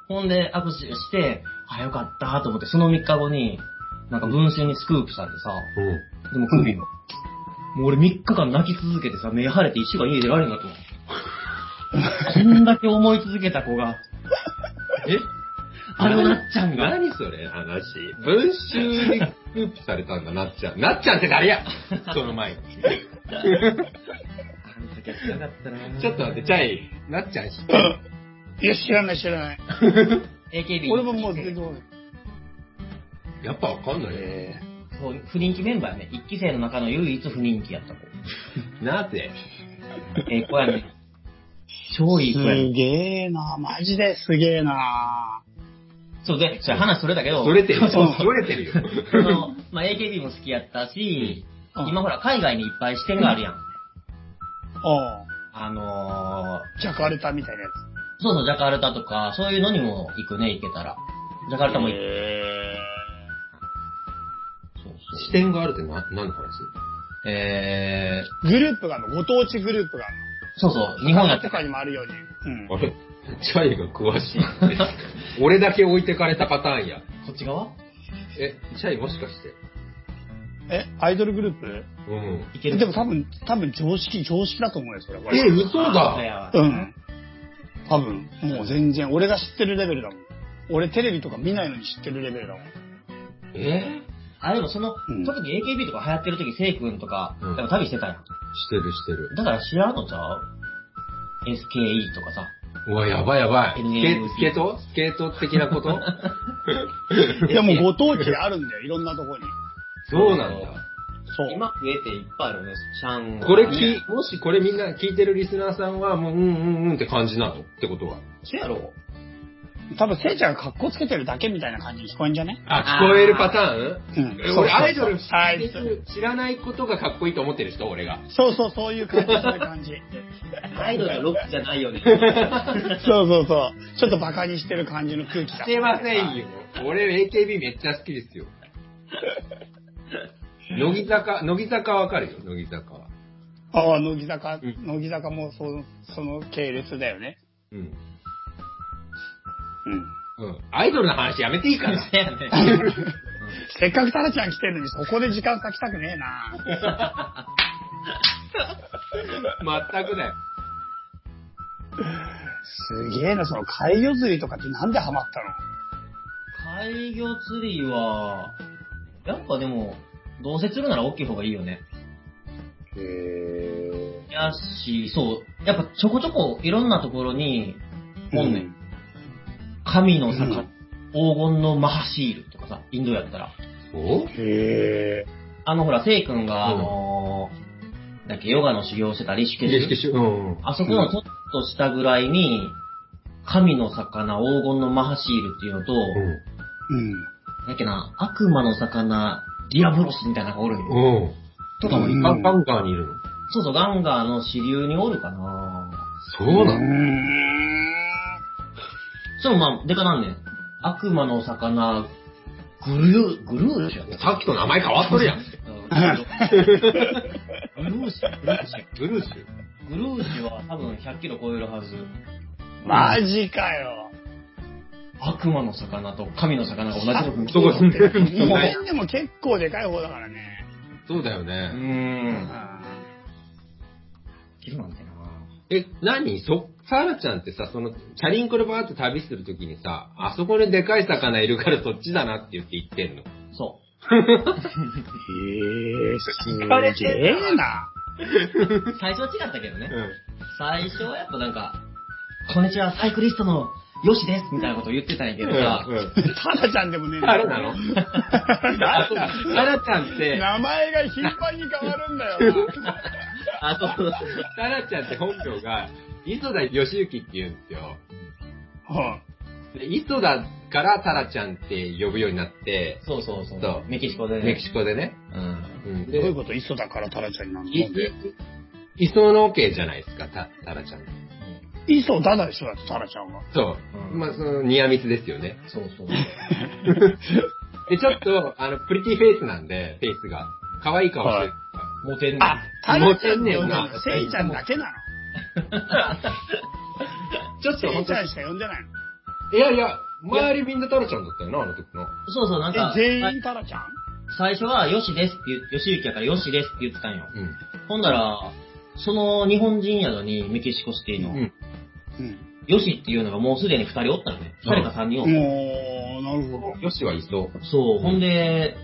D: ほんで、握手して、あ、よかったと思って、その3日後に、なんか文春にスクープされてさ、
B: うん。
D: でも首も。もう俺3日間泣き続けてさ、目腫れて1週間家出られんかと思う。こんだけ思い続けた子が、
B: え
D: あのなっちゃんが、
B: 何それ話。文集にループされたんだ、なっちゃん。なっちゃんって誰や その前に。
D: あの時は辛かったな
B: ちょっと待って、チャイ、なっちゃん知ってる
C: うん。いや、知らない、知らない。
D: AKB。
C: 俺ももうすごい。
B: やっぱわかんないね。
C: え
D: そう不人気メンバーやね。1期生の中の唯一不人気やった子。
B: なぜ
D: ええ子やね。超いい
C: え
D: 子やね
C: す。げえな、マジですげえな。
D: そうで、それ話それだけど、
B: それてるよ。
C: そう
B: それてるよ。
D: その、まあ、AKB も好きやったし、
C: うん
D: 今ほら海外にいっぱい支店があるやん。
C: あ
D: あの
C: あ、ジャカルタみたいなやつ。
D: ー、そうそう、ジャカルタとか、そういうのにも行くね、行けたら。ジャカルタも行く。
C: え
D: そうそう
B: 視点があるってな、何の話
D: え
C: グループがあるの、ご当地グループがあるの。
D: ー、そうそう、日本やっ
C: と
D: て
C: かにもあるように。うん。
B: あれチャイが詳しい。俺だけ置いてかれたパターンや。
D: こっち側
B: え、チャイもしかして。
C: え、アイドルグループ
B: うん。
D: いけ
C: え
D: る
C: でも多分、多分常識、常識だと思うよ、それ。これ
B: え、嘘
D: あ
B: だ
D: ー
C: う
D: そうやわ
C: ん。多分、もう全然、俺が知ってるレベルだもん。俺テレビとか見ないのに知ってるレベル だもん。
B: え
D: あ、でもその、
C: うん
D: 特に AKB とか流行ってる時、せい君とか、
B: うん
D: でも旅してたやん。
B: してるしてる。
D: だから知らんのちゃう ?SKE とかさ。
B: うわ、やばいやばい。スケ
D: NMB
B: スケートスケート的な こと
C: いや、もうご当地あるんだよ、いろんなとこに。
B: そうなんだ。
C: そう。
D: 今増えていっぱいあるよね、シャン
B: これ
D: ね
B: き、もしこれみんな聞いてるリスナーさんは、もう、うんうんうんって感じなのってことは。
D: そうやろ
C: 多分、せいちゃんが格好つけてるだけみたいな感じに聞こえんじゃね
B: あ、聞こえるパターン
C: うん
B: え。俺、アイドル知
C: アイ
B: っ
C: ド
B: て
C: ル
B: る知らないことがかっこいいと思ってる人、俺が。
C: そうそう、そういう感じ、そういう感 じ。
D: アイドルはロックじゃない よね。
C: そうそうそう。ちょっとバカにしてる感じの空気だ。
B: してませんよ。俺、AKB めっちゃ好きですよ。乃木坂、乃木坂わかるよ、乃木坂は。
C: ああ、乃木坂、
B: うん
C: 乃木坂もその、その系列だよね。
B: うん。
C: うん。
B: うん。アイドルの話やめていいかな。
D: そうやね。
C: せっかくタラちゃん来てるのに、そこで時間割きたくねえな。
B: 全くだよ。
C: すげえな、その海魚釣りとかってなんでハマったの
D: 海魚釣りは、やっぱでも、どうせ釣るなら大きい方がいいよね。
C: へ
D: やし、そう、やっぱちょこちょこいろんなところに、おんねん。神の
C: う
D: 魚
C: ん、
D: 黄金のマハシールとかさ、インドやったら。
B: お
C: へえ。
D: あのほら、せい君が、あ
B: うん
D: のー、だっけ、ヨガの修行してたリシュケシュ
B: シュ。うん。
D: あそこのちょっとしたぐらいに、神の魚、黄金のマハシールっていうのと、
C: うん。
D: だっけな、悪魔の魚、ディアブロスみたいなのがおるんよ。
B: うん。うん。
D: とかもいる
C: うん
B: バンカーにいるの。
D: そうそう、ガンガーの支流におるかな
B: そう
C: う
B: なの
C: ー
D: そう、まあ、でかなんねん。悪魔の魚、グルー、グルーシュやった
B: さっきと名前変わっとるやん。
D: グルーシュ、グルーシュ。
B: ブルーシ
D: グルーシュは多分100キロ超えるはず。
C: ん。マジかよ。
D: 悪魔の魚と神の魚が同じとこに
B: ュ。そこ住んでる。
C: 日本でも結構でかい方だからね。
B: そうだよ
D: うー
B: ね。
D: ん。キロなんてな
B: え、何そ、サラちゃんってさ、その、チャリンコでバーって旅するときにさ、あそこででかい魚いるからそっちだなって言って言ってんの。
D: そ
C: へえ、すげえな。
D: う。最初は違ったけどね。
B: ん。
D: 最初はやっぱなんか、こんにちは、サイクリストのヨシですみたいなことを言ってたんやけどさ、
B: う
C: タラちゃんでもねえ
B: ん。
C: だ
B: あ
C: よ
B: れな
C: な
B: の
C: ん
B: サ
C: だ
B: ラちゃんって、
C: 名前が頻繁に変わるんだよ な。
D: あと、そう
B: サラちゃんって本名が、磯田義行って言うんですよ。
C: うん
B: で、磯田からサラちゃんって呼ぶようになって、
D: そうそうそう
B: そう
D: メキシコでね。
B: メキシコでね。
D: うん。
B: う
C: ど
B: ん。
C: ういう
B: で、
C: こと磯だからタラちゃんになるの
B: い磯野家じゃないですか、たタラちゃん。
C: 磯だだでしょだってタラちゃんは。
B: そうう。
D: ん
B: まあ、その、ニアミスですよ ね。
D: そうそう。
B: で、ちょっと、あの、プリティフェイスなんで、フェイスが。可愛い顔してる。
D: モテんの
C: あ、タラちゃんって呼んでるのセイちゃんだけなの
B: ちょっ
C: セ
B: と
C: イ
B: 本
C: ち
B: 当
C: ゃんしか呼んでない
B: に、いやいや、周りみんなタラちゃんだったよな、あの時の。
D: そうそう、な
C: の
D: んか。、
C: え、全員タラちゃん
D: 最初は、よしですって言う、よしゆきやからよしですって言ってたんよ。
B: うん。
D: ほんなら、その日本人やのに、メキシコシティの、
B: う
D: よ
B: ん。
C: うん。
D: しっていうのがもうすでに二人おったのね。
B: うん
D: 二人か三人おった。
C: もう、なるほど。
B: よしはいそう。
D: そ
B: ん
D: う、ほんで、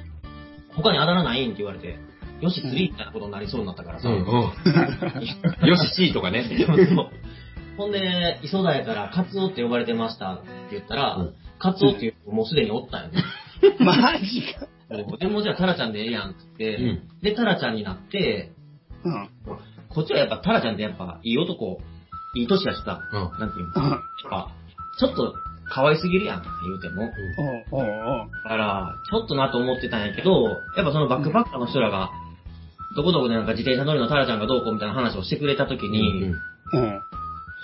D: 他にあだ名ないんって言われて、よし3みたいなことになりそうになったから さ。
B: うん。よし C とかね。
D: そうそうほんで、磯田やから、カツオって呼ばれてましたって言ったら、
B: うん
D: カツオっていうのもうすでにおったんよね。
C: マジか。
D: そう でもうじゃあタラちゃんでええやんって言って、
B: うん
D: で、タラちゃんになって、
C: うん。
D: こっちはやっぱタラちゃんってやっぱいい男、いい年やしさ、
B: うん
D: なんていうの、
C: う
D: やっ
C: ん
D: ぱ、ちょっと可愛すぎるやん、言うても。
C: おうおうおう
D: だから、ちょっとなと思ってたんやけど、やっぱそのバックパッカーの人らが、どこどこでなんか自転車乗りのタラちゃんがどうこうみたいな話をしてくれたときに、
B: う
C: う
B: ん。
C: ん。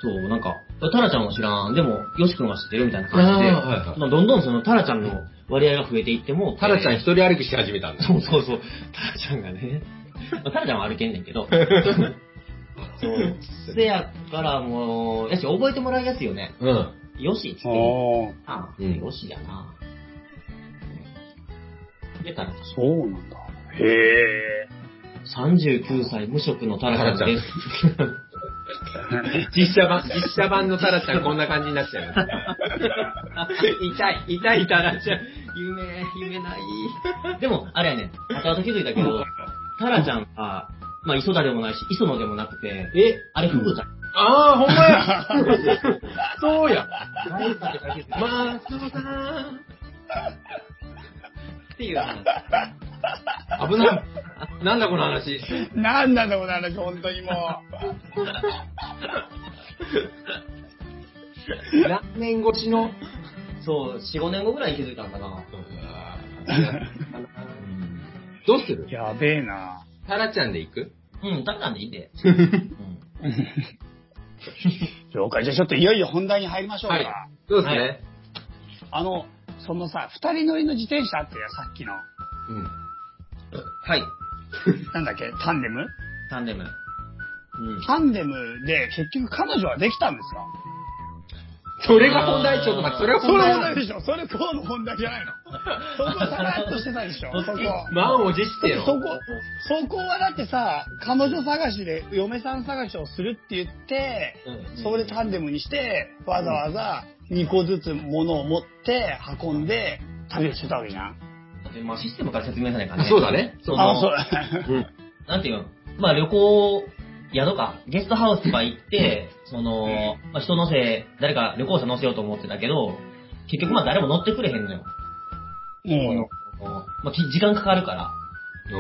D: そう、なんか、タラちゃんは知らん、でも、ヨシ君は知ってるみたいな
B: ああ
D: 感じ
B: は
D: で、
B: いはい
D: まあどんどんそのタラちゃんの割合が増えていっても、
B: タラちゃん
D: えー
B: 一人歩きし始めたんだ。
D: そうそうそう、タラちゃんがね、まあタラちゃんは歩けんね んけど。そう。せやからもう、やし、覚えてもらいやすいよね。
B: うん。
D: よしっつって言う。
C: ああ、
D: あ、
B: うん
D: よしやな。で、タラち
C: そうなんだ。へえ。
D: ゃん。39歳無職のタラちゃんです。
B: 実写版、実写版のタラちゃんこんな感じになっちゃうよ。痛い、痛いタラちゃん。夢、夢ない。
D: でも、あれやね、後々気づいたけど、タラちゃんは、まあ、磯田でもないし、磯野でもなくて、
B: え
D: あれ、福ちゃん。
B: ああ、ほんまや。 そうや。
D: まあ、
B: まあ、そうだな
D: っていう話。
B: 危ない。なんだこの話。
C: なんなんだこの話、本当にも
B: 何年越しの。
D: そう、4、5年後ぐらいに気づいたんかな。
B: どうする
C: う。やべえな。
B: タラちゃんで行く
D: うん、タラちゃんでいいで。うん
C: 了解。じゃあちょっといよいよ本題に入りましょうか。
B: はい。そうですね。
D: は
C: あの、そのさ、二人乗りの自転車あったやさっきの。
B: うん。
D: はい、
C: なんだっけタンデム
D: タンデム。うん。
C: タンデムで結局彼女はできたんですよ。
B: それが本題、ちょっと待って、それが
C: それ
B: 本
C: 本題
B: 題。
C: でしょそれ今日の本題じゃないの。そこさらっとしてたでしょそこ。
B: 満を持してよ。
C: そこ、そこはだってさ、彼女探しで、嫁さん探しをするって言って、
B: うん
C: それでタンデムにして、わざわざ2個ずつ物を持って運んで旅をしてたわけじゃん。
D: でまあ、システムから説明さないからね。
B: そうだね。そうだ
C: あ、
B: ね
C: そう。
B: うん。
D: なんていうのまあ旅行、宿か、ゲストハウスとか行って、その、まあ、人乗せ、誰か旅行者乗せようと思ってたけど、結局まあ誰も乗ってくれへんのよ。
C: も
D: このまあき時間かかるから。
B: お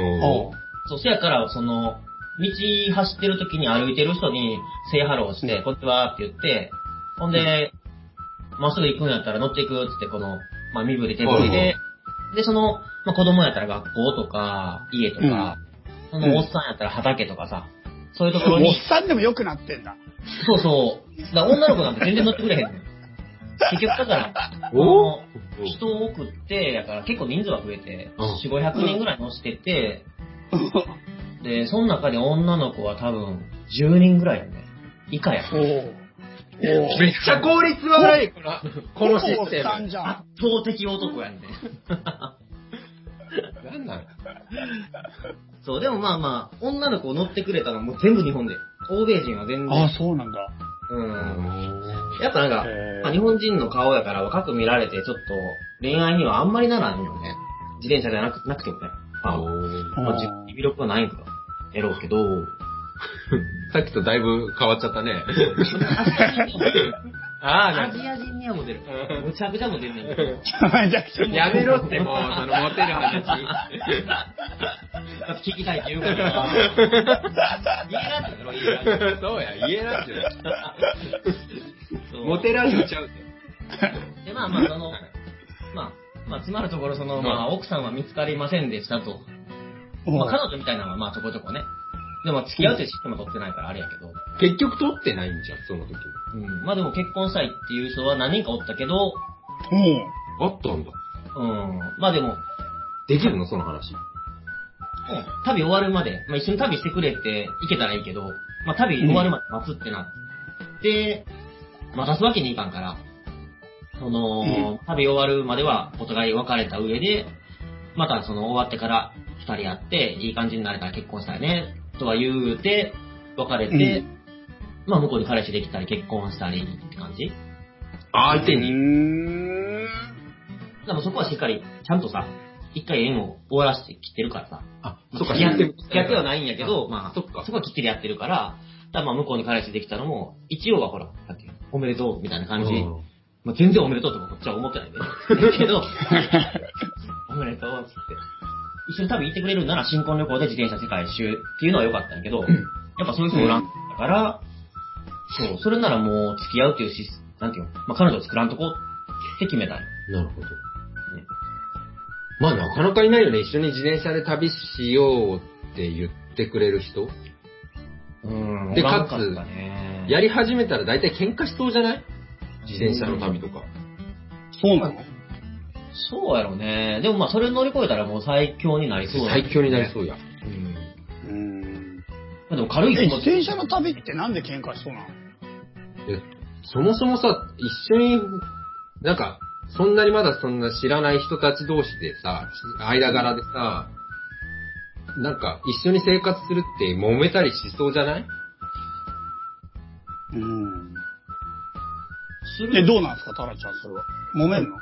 B: ー
D: そう、せやから、その、道走ってる時に歩いてる人に、セイハローして、こっちはって言って、ほんで、まっすぐ行くんやったら乗っていくっつって、この、まあ身振り手振り
B: はい
D: で、で、その、まあ子供やったら学校とか、家とか、そのおっさんやったら畑とかさ、そういうところ
C: う、おっ
D: に、
C: さんでも良くなってんだ。
D: そうそう、だから女の子なんて全然乗ってくれ へんねん。結局だから、
B: お
D: この人を送って、だから結構人数は増えて、
B: うん
D: 4、500人ぐらい乗してて、で、その中で女の子は多分10人ぐらいよね。以下や。
C: お
D: 圧
C: お。
B: めっちゃ効率悪い、この、このシステ
C: おっさん
B: ム。
C: じゃん。
D: 倒的男やんね。
B: なんなの
D: そう、でもまあまあ、女の子を乗ってくれたのはもう全部日本で。欧米人は全然。
C: あ、そうなんだ。
D: うん。やっぱなんか、
C: へー
D: まあ日本人の顔やから若く見られて、ちょっと恋愛にはあんまりならんよね。自転車じゃなくなくてもね。まあ、まあ、魅力はないんか。やろうけど。
B: さっきとだいぶ変わっちゃったね。ああ、な
D: ア
B: ん
D: ジ
B: か
D: ア人にはモデル。むちゃく ちゃモデルねんけど。
C: めちゃくちゃ
B: やめろって、もう、そのモテる話。
D: だって聞きたいって言う から。言えなって言うの言えなって
B: そうや、言えないじゃ
D: そ
B: ん。
D: う
B: モテラジオちゃうって。
D: で、まあまあ、そ の、まあ、まあ、つまるところ、その、まあ、奥さんは見つかりませんでしたと。まあ、彼女みたいなのは、まあ、ちょこちょこね。でも、付き合うっていうシステムは取ってないから、あれやけど。
B: 結局取ってないんじゃん、その時に。
D: うん。まあ、でも、結婚したいっていう人は何人かおったけど、
C: も
B: あったんだ。
D: うん。まあ、でも、
B: できるの、その話。
D: うん旅終わるまで、まあ、一緒に旅してくれって行けたらいいけど、まあ、旅終わるまで待つってなって、待たすわけにいかんから、その、旅終わるまではお互い別れた上で、またその終わってから二人会って、いい感じになれたら結婚したいね、とは言うて、別れて、
C: う
D: まあ向こうに彼氏できたり結婚したりって感じ。
B: あ
C: う。
B: 相手に。
C: ん。
D: でもそこはしっかり、ちゃんとさ、一回縁を終わらせてきてるからさ、
B: あ、そ
D: そ
B: っ
D: っ
B: か、
D: か、
B: や
D: や
B: っ
D: ってて
B: る
D: はないんやけど、まあ、
B: そ
D: そ
B: っか
D: こはきっちりやってるから、だからまあ、向こうに彼氏できたのも、一応はほら、だって、おめでとうみたいな感じ。
B: うん
D: まあ、全然おめでとうとかこっちは思ってないで。だけど、 おめでとうっつって。一緒に旅行ってくれるなら新婚旅行で自転車世界一周っていうのは良かったんやけど、やっぱそういう人おらんだから、そう、それならもう付き合うっていうし、なんていうの、まあ、彼女を作らんとこって決めたの。
B: なるほど。まあ、なかなかいないよね。一緒に自転車で旅しようって言ってくれる人。
D: うん
B: で
D: おらんったね
B: やり始めたら大体喧嘩しそうじゃない自転車の旅とか。
C: そうなの
D: そうやろうね。でもまあそれ乗り越えたらもう最強になりそうだね
B: 最強になりそうや。
D: うん。
C: う
D: 軽い
C: え
D: 気
C: 自
D: 持ち。
C: 転車の旅ってなんで喧嘩しそうなの
B: でそもそもさ、一緒に、なんか、そんなにまだそんな知らない人たち同士でさ、間柄でさ、なんか一緒に生活するって揉めたりしそうじゃない
C: うん。
D: す
C: え、
D: る
C: どうなんですか、タラちゃん、それは。揉めんの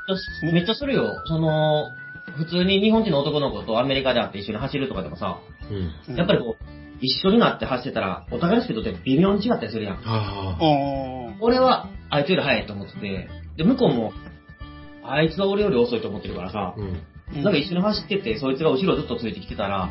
D: めっちゃするよ。その、普通に日本人の男の子とアメリカで会って一緒に走るとかでもさ、
B: うん。
D: やっぱりこう、一緒になって走ってたら、お互いのスピードって微妙に違ったりするやん。
B: あ
C: ああ。
D: 俺は、あいつより速いと思ってて、で、向こうも、あいつは俺より遅いと思ってるからさ
B: あ。、うん。
C: うん
D: なんか一緒に走ってて、そいつが後ろずっとついてきてたら、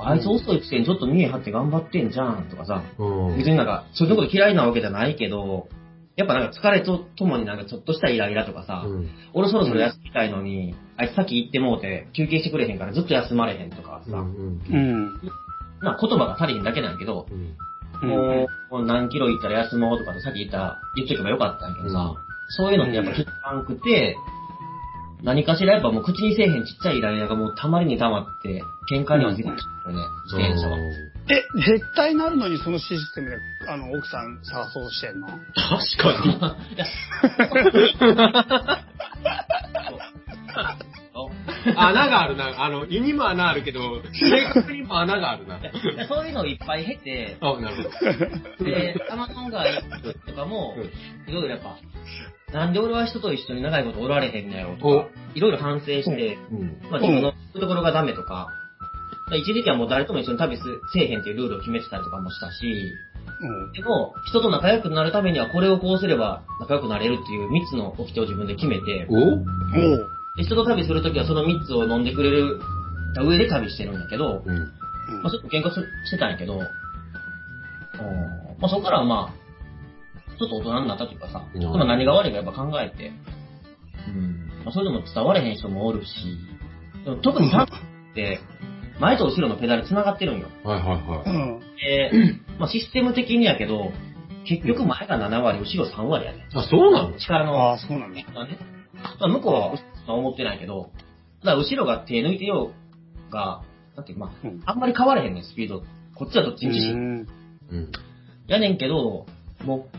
D: あいつ遅いくせにちょっと見え張って頑張ってんじゃんとかさ、
B: うん
D: 別になんか、そういうこと嫌いなわけじゃないけど、やっぱなんか疲れとともになんかちょっとしたイライラとかさ、
B: うん
D: 俺そろそろ休みたいのに、あいつさっき行ってもうて、休憩してくれへんからずっと休まれへんとかさ、
B: うん
C: うん。
D: まあ言葉が足りひんだけなんやけど、
B: うん
D: もう何キロ行ったら休もうとかでさっき言った、言っとけばよかったんやけどさ、そういうのってやっぱ気づかんくて、何かしらやっぱもう口にせえへんちっちゃいイライラがもうたまりにたまって、喧嘩には絶対なるよね、自転車は。
C: え、絶対なるのにそのシステムで、あの、奥さん探そうとしてんの
B: 確かに。
D: いや そう
B: 穴があるな。あの、胃にも穴あるけど、性格にも穴があるな。
D: いやそういうのをいっぱい経て、
B: あ、なるほど。
D: で、たまたがとかも
B: うん、
D: いろいろやっぱ、なんで俺は人と一緒に長いことおられへんのやろと
B: お
D: か、いろいろ反省して、
B: うん。
D: まあ自分のそういうところがダメとか、一時期はもう誰とも一緒に旅すせえへんっていうルールを決めてたりとかもしたし、
C: うん。
D: でも、人と仲良くなるためにはこれをこうすれば仲良くなれるっていう3つの掟を自分で決めて、
B: お
C: おう。
D: で人と旅するときはその3つを飲んでくれる上で旅してるんだけど、
B: うん。
D: まあ、ちょっと喧嘩すしてたんやけど、うんまあ、そこからはまあ、ちょっと大人になったというかさ、
B: うん
D: 今何が悪いかやっぱ考えて、うんまあ、それでも伝われへん人もおるし、でも特にタッって、前と後ろのペダル繋がってるんよ。
B: はいはい
C: うん。う
B: は
C: ん。
D: で、まあ、システム的にやけど、結局前が7割、後ろ3割やね。
B: い。あ、そうなの
D: 力の
C: ああ、そうなんだ。
D: だね。まあ、向こうは後ろは思ってないけど、ただ後ろが手抜いてようが、だってま
C: うん
D: あ、あんまり変わらへんねん、スピード。こっちはどっち
C: う
D: にしろ
C: ん。
B: うん。
D: やねんけど、もう、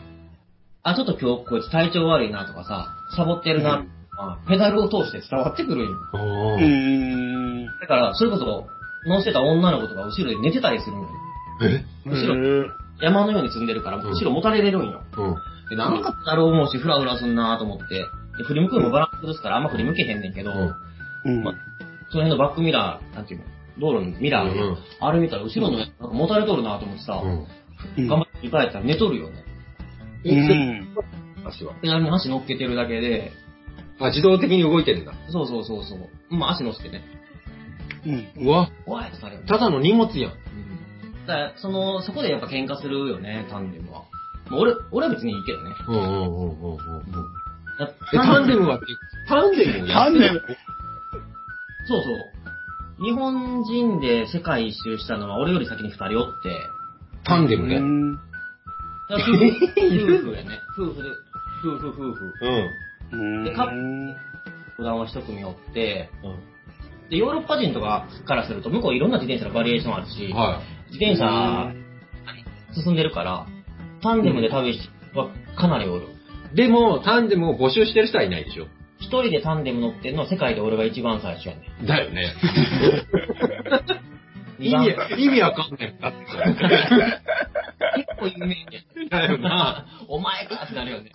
D: あ、ちょっと今日こいつ体調悪いなとかさ、サボってるな、
C: うん
D: まあペダルを通して伝わってくるんよ。
B: あ
C: う
B: あ。
C: ん。
D: だから、それこそ、乗せた女の子とか後ろで寝てたりするのよ。
B: え
D: 後ろ
C: ろ。
D: 山のように積んでるから、後ろもたれれるんよ。
B: うん。
D: で、なんかだろう思うし、フラフラすんなと思って。で、振り向くのもバランス崩すから、あんま振り向けへんねんけど、
B: うん
C: うん。
D: まあその辺のバックミラー、なんていうの、道路のミラーで、
B: うん
D: あれ見たら後ろのやつ、なんかもたれとるなと思ってさ、
B: うん。
C: うん
D: 頑張って振り返ったら寝とるよね。
C: う
B: え、そ
C: ん。
B: 足は。
D: で、あの足乗っけてるだけで、
B: あ、自動的に動いてるんだ。
D: そうそうそうそう。まあ足乗せてね。
C: うん。
B: うわ、
D: 怖いってされる。
B: ただの荷物やん。
D: うん。だから、その、そこでやっぱ喧嘩するよね、タンデムは。もう俺、俺は別にいいけどね。
B: うんうんうんうんうん。
D: だ
B: え、タンデムは、タンデムをや
C: タンデム。
D: そうそう。日本人で世界一周したのは俺より先に二人おって、
B: タンデムね。
C: う
B: うん。
C: ん。
D: だから夫婦夫婦やね。夫婦で、夫婦夫婦。
C: うん
D: で、カップル、普段は一組おって、で、ヨーロッパ人とかからすると、向こういろんな自転車のバリエーションあるし、
B: は
D: 自転車進んでるから、タンデムで旅はかなりおる。
B: い。でも、タンデムを募集してる人はいないでしょ。
D: 一人でタンデム乗ってんのは世界で俺が一番最初やね
B: だよね。
D: ん。
B: 意
D: 結
B: 味、意味わかんないんだって。
D: 構有名や
B: だよ
D: ん
B: な。
D: お前かってなるよね。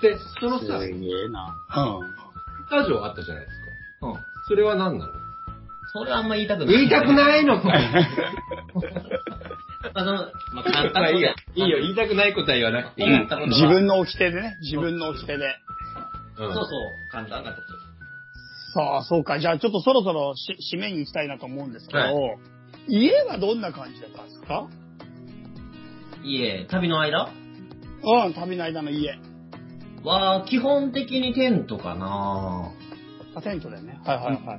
B: で、その
C: す
B: さ、
C: げえな。うん。
B: スタジオあったじゃないですか。
D: うん。
B: それは何なの
D: それはあんま言いたくない。
B: 言いたく
D: い。
B: ないのかい。
D: まあ、その、まあ、簡単
B: ま
D: な
B: あい
D: こと
B: い
D: や
B: よ。いいよ、言いたくないことは言わなくていい。
D: 思ったことは
C: 自分の掟でね、自分の掟で。
B: う
D: そ
B: ん
D: うそう、簡単なこと。
C: さあ、そうか。じゃあちょっとそろそろし締めに行きたいなと思うんですけど、
B: は
C: 家はどんな感じだったんですか
D: いえ、旅の間
C: うん、旅の間の家。
D: は、基本的にテントかな
C: あテントだよね。はいはいはい。
D: まあ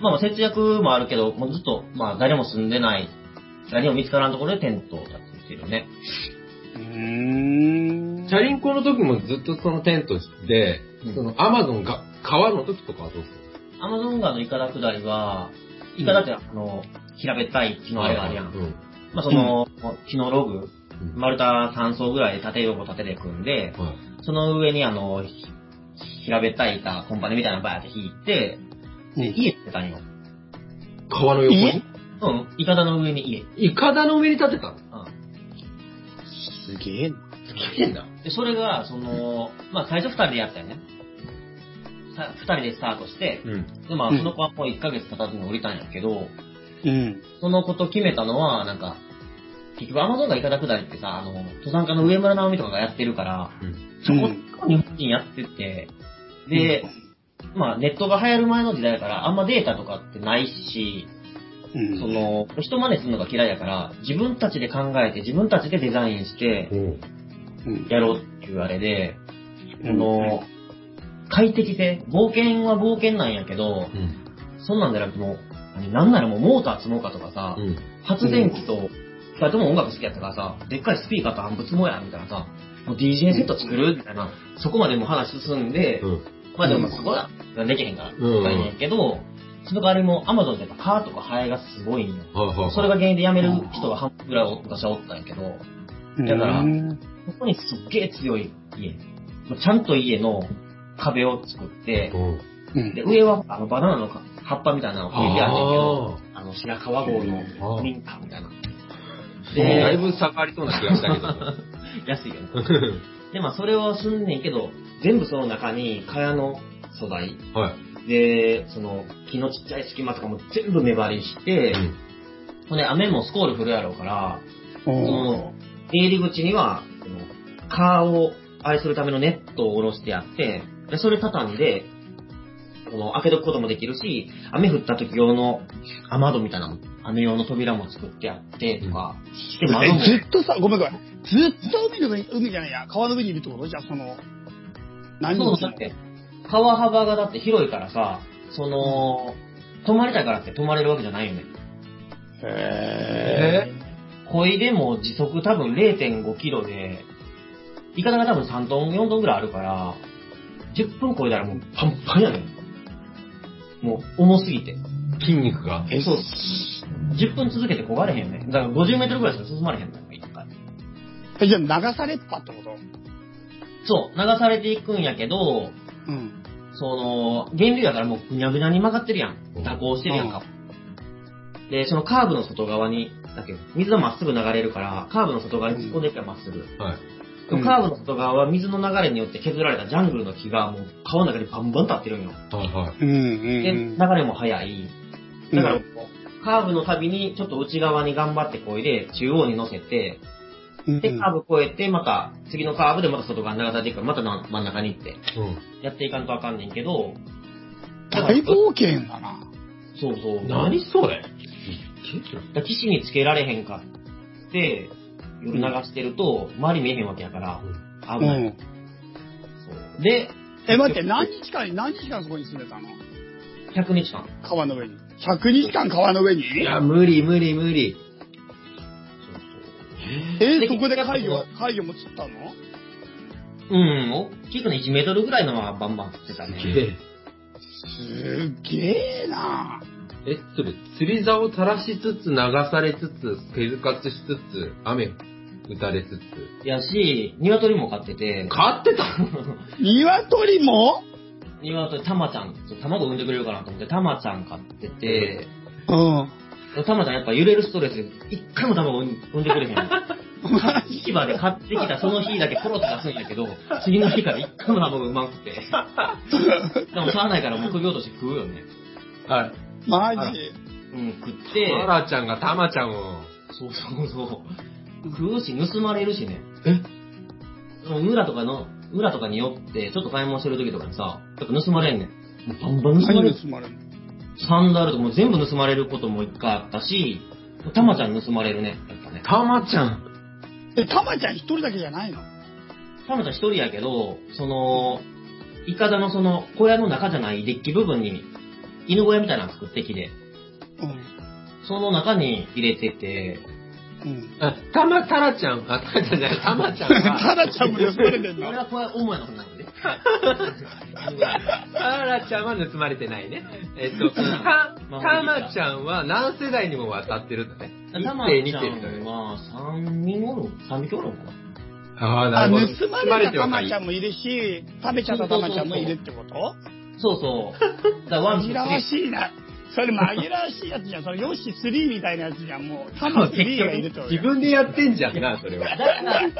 D: まあ節約もあるけど、もうずっと、まあ誰も住んでない、誰も見つからんところでテントを立ってるよね。
C: うーん。
B: チャリンコの時もずっとそのテントで、
D: うん
B: そのアマゾンが、川の時とかはどうする
D: アマゾン川のイカダ下りは、イカだって、あの、平べったい木のあれがあるやん。
B: うん。
D: まあ、その、木のログ、
B: うん
D: 丸太3層ぐらいで縦横縦で組んで、
B: はい
D: その上にあの、ひ平べったい板、コンパネみたいなのバーって引いて、で、家建てたんよ。
B: 川の横に
D: うん、イカダの上に家。
B: イカダの上に建てたの
D: う
C: すげえな。
B: すげえな。
D: ん。で、それが、その、まあ、最初二人でやったよね。さ二人でスタートして、
B: うん。
D: で、まあ、
C: うん
D: その子はもう1ヶ月経たずに降りたんやけど、
C: うん。
D: そのこと決めたのは、なんか、結局アマゾンがイカダ下りってさ、あの、登山家の上村直美とかがやってるから、そこそこ日本人やってて、で、まあネットが流行る前の時代だから、あんまデータとかってないし、
C: うん、
D: その、人真似するのが嫌いだから、自分たちで考えて、自分たちでデザインして
B: う、ん。
C: うん、
D: やろうっていうあれで、
C: う
D: こ
C: ん
D: の、快適性、冒険は冒険なんやけど、
B: うん。
D: そんなんじゃなくてもう、何なんならもうモーター積もうかとかさ、
B: うん。
D: 発電機と、二人とも音楽好きやったからさ、でっかいスピーカーとアンプ積もうや、みたいなさ、もう DJ セット作るみたいな、そこまでもう話進んで、まあでもそこはできへんから、
B: うん
D: ないんやけど、その代わりも Amazon ってやっぱカーとかハエがすごいんよ。
B: はいはい。
D: それが、原因で辞める人が半分ぐらいお昔はおったんやけど、だから
C: うん
D: そこにすっげえ強い家。もうちゃんと家の壁を作って
B: う、ん。
C: うん
D: で、上はあのバナナのか葉っぱみたいなのを植えてあんねんけど、
B: あ
D: あの白川郷
B: あ
D: の
B: ー
D: 民家みたいな。
B: あ。
D: で
B: だいぶ下がりそうな気がしたけど。
D: 安いよね。で、まあそれをすんねんけど、全部その中に蚊帳の素材
B: はい。
D: で、その木のちっちゃい隙間とかも全部目張りして、ほんで雨もスコール降るやろうから、その出入り口には、その蚊を愛するためのネットを下ろしてあって、でそれ畳んで、この開けとくこともできるし、雨降った時用の雨戸みたいなのも、雨用の扉も作ってあってとか、して窓も、
C: えずっとさ、ごめんごめん。ずっと海の上に、海じゃないや、川の上にいるってことじゃあ、その、何
D: そう
C: 日
D: だ
C: も
D: っ。て、川幅がだって広いからさ、その、泊まりたいからって泊まれるわけじゃないよね。
C: へ
D: こいでも時速多分0.5キロで、イカダが多分3トン、4トンぐらいあるから、10分超えたらもうパンパンやねん。もう重すぎて。
B: 筋肉が。
C: え。え、そう。
D: 10分続けて焦がれへんよね。だから50メートルぐらいしか進まれへんのよ、一回。
C: えじゃあ、流されっぱってこと
D: そう、流されていくんやけど、
C: うん。
D: その、源流やからもうぐにゃぐにゃに曲がってるやん。蛇行してるやんか。で、そのカーブの外側に、だけど、水はまっすぐ流れるから、カーブの外側に突っ込んでいくやん、まっすぐ。
B: はい。
D: でもカーブの外側は水の流れによって削られたジャングルの木がもう川の中にバンバン立ってるんよ。
B: はいはい。
C: うん
D: で、流れも速い。
C: うん。
D: だから、カーブの度にちょっと内側に頑張ってこいで、中央に乗せて、
C: うん、
D: で、カーブ越えて、また、次のカーブでまた外側に流されていくから、またな真ん中に行って、
B: う
D: やっていかんとあかんねんけど、だから
C: 大冒険だな。
D: そうそう。
B: ん。何それ
D: だから岸につけられへんかって、夜流してると、周り見えへんわけやから、
C: う
D: 危ない。
C: ん。
D: そうで、
C: え、待って、何日間、何日間そこに住んでたの
D: 100日間。
C: 川の上に。100日間川の上に
B: いや、無理無理無理。
C: え
D: で
C: そこで海魚は、海魚も釣ったの
D: うん、大きくね、1メートルぐらいのはバンバン食ってたね。
B: え。
C: すげえな
B: え、それ、釣り竿を垂らしつつ、流されつつ、手づかつしつつ、雨打たれつつ。
D: やし、鶏も飼ってて、
B: 買ってた
C: 鶏も
D: 鶏、たまちゃん、そう卵産んでくれるかなと思って、たまちゃん飼ってて、
C: うん。
D: たまちゃんやっぱ揺れるストレスで、一回も卵産ん産んでくれへ ん。市場で買ってきたその日だけポロって出すんやけど、次の日から一回も卵がうまくて。でもしゃあないから木魚として食うよね。
B: はい。
C: マジ。
D: うん、食って、
B: タラちゃんがタマちゃんを。
D: そうそうそう。食うし、盗まれるしね。
B: え
D: その村とかの、村とかによって、ちょっと買い物してる時とかにさ、やっぱ盗まれんねん。もうバンバン盗ま
C: 何
D: れる。
C: 盗まれるの
D: サンダルとかも全部盗まれることも一回あったし、たまちゃん盗まれるね、やっぱね。
B: タマちゃん。
C: え、たまちゃん一人だけじゃないの
D: たまちゃん一人やけど、その、イカダのその、小屋の中じゃないデッキ部分に、犬小屋みたいなの作ってきて、
C: うん。
D: その中に入れてて、
C: うん。
B: あ、たま、たらちゃん、あ、たらちゃんじゃない、たまちゃん
C: タ
B: が、
C: ラちゃんも盗まれてん
D: 俺
C: の
D: はこれ思いのことなの ね。
B: たらちゃんは盗まれてないね。え っと、た、たまちゃんは何世代にもわたってるって。一
D: たま
B: 世、
D: ち
B: 二
D: ゃ
B: 世みたい
D: ん
B: な。
D: は3人おるん ?3 匹おるんかな
B: ああ、な
C: あ、
B: るほど。
C: 盗まれたタマちゃ
B: ん。
C: んもいるし、食べちゃったタマちゃんもいるってこと
D: そうそう。だからワン
C: 紛
D: ピ
C: らわ
D: ース。
C: しいな。それ紛らわしいやつ じゃん。そのヨッシー3みたいなやつじゃん。もう、タマ3がいるってこと
B: 自分でやってんじゃんな、それは
D: だ。か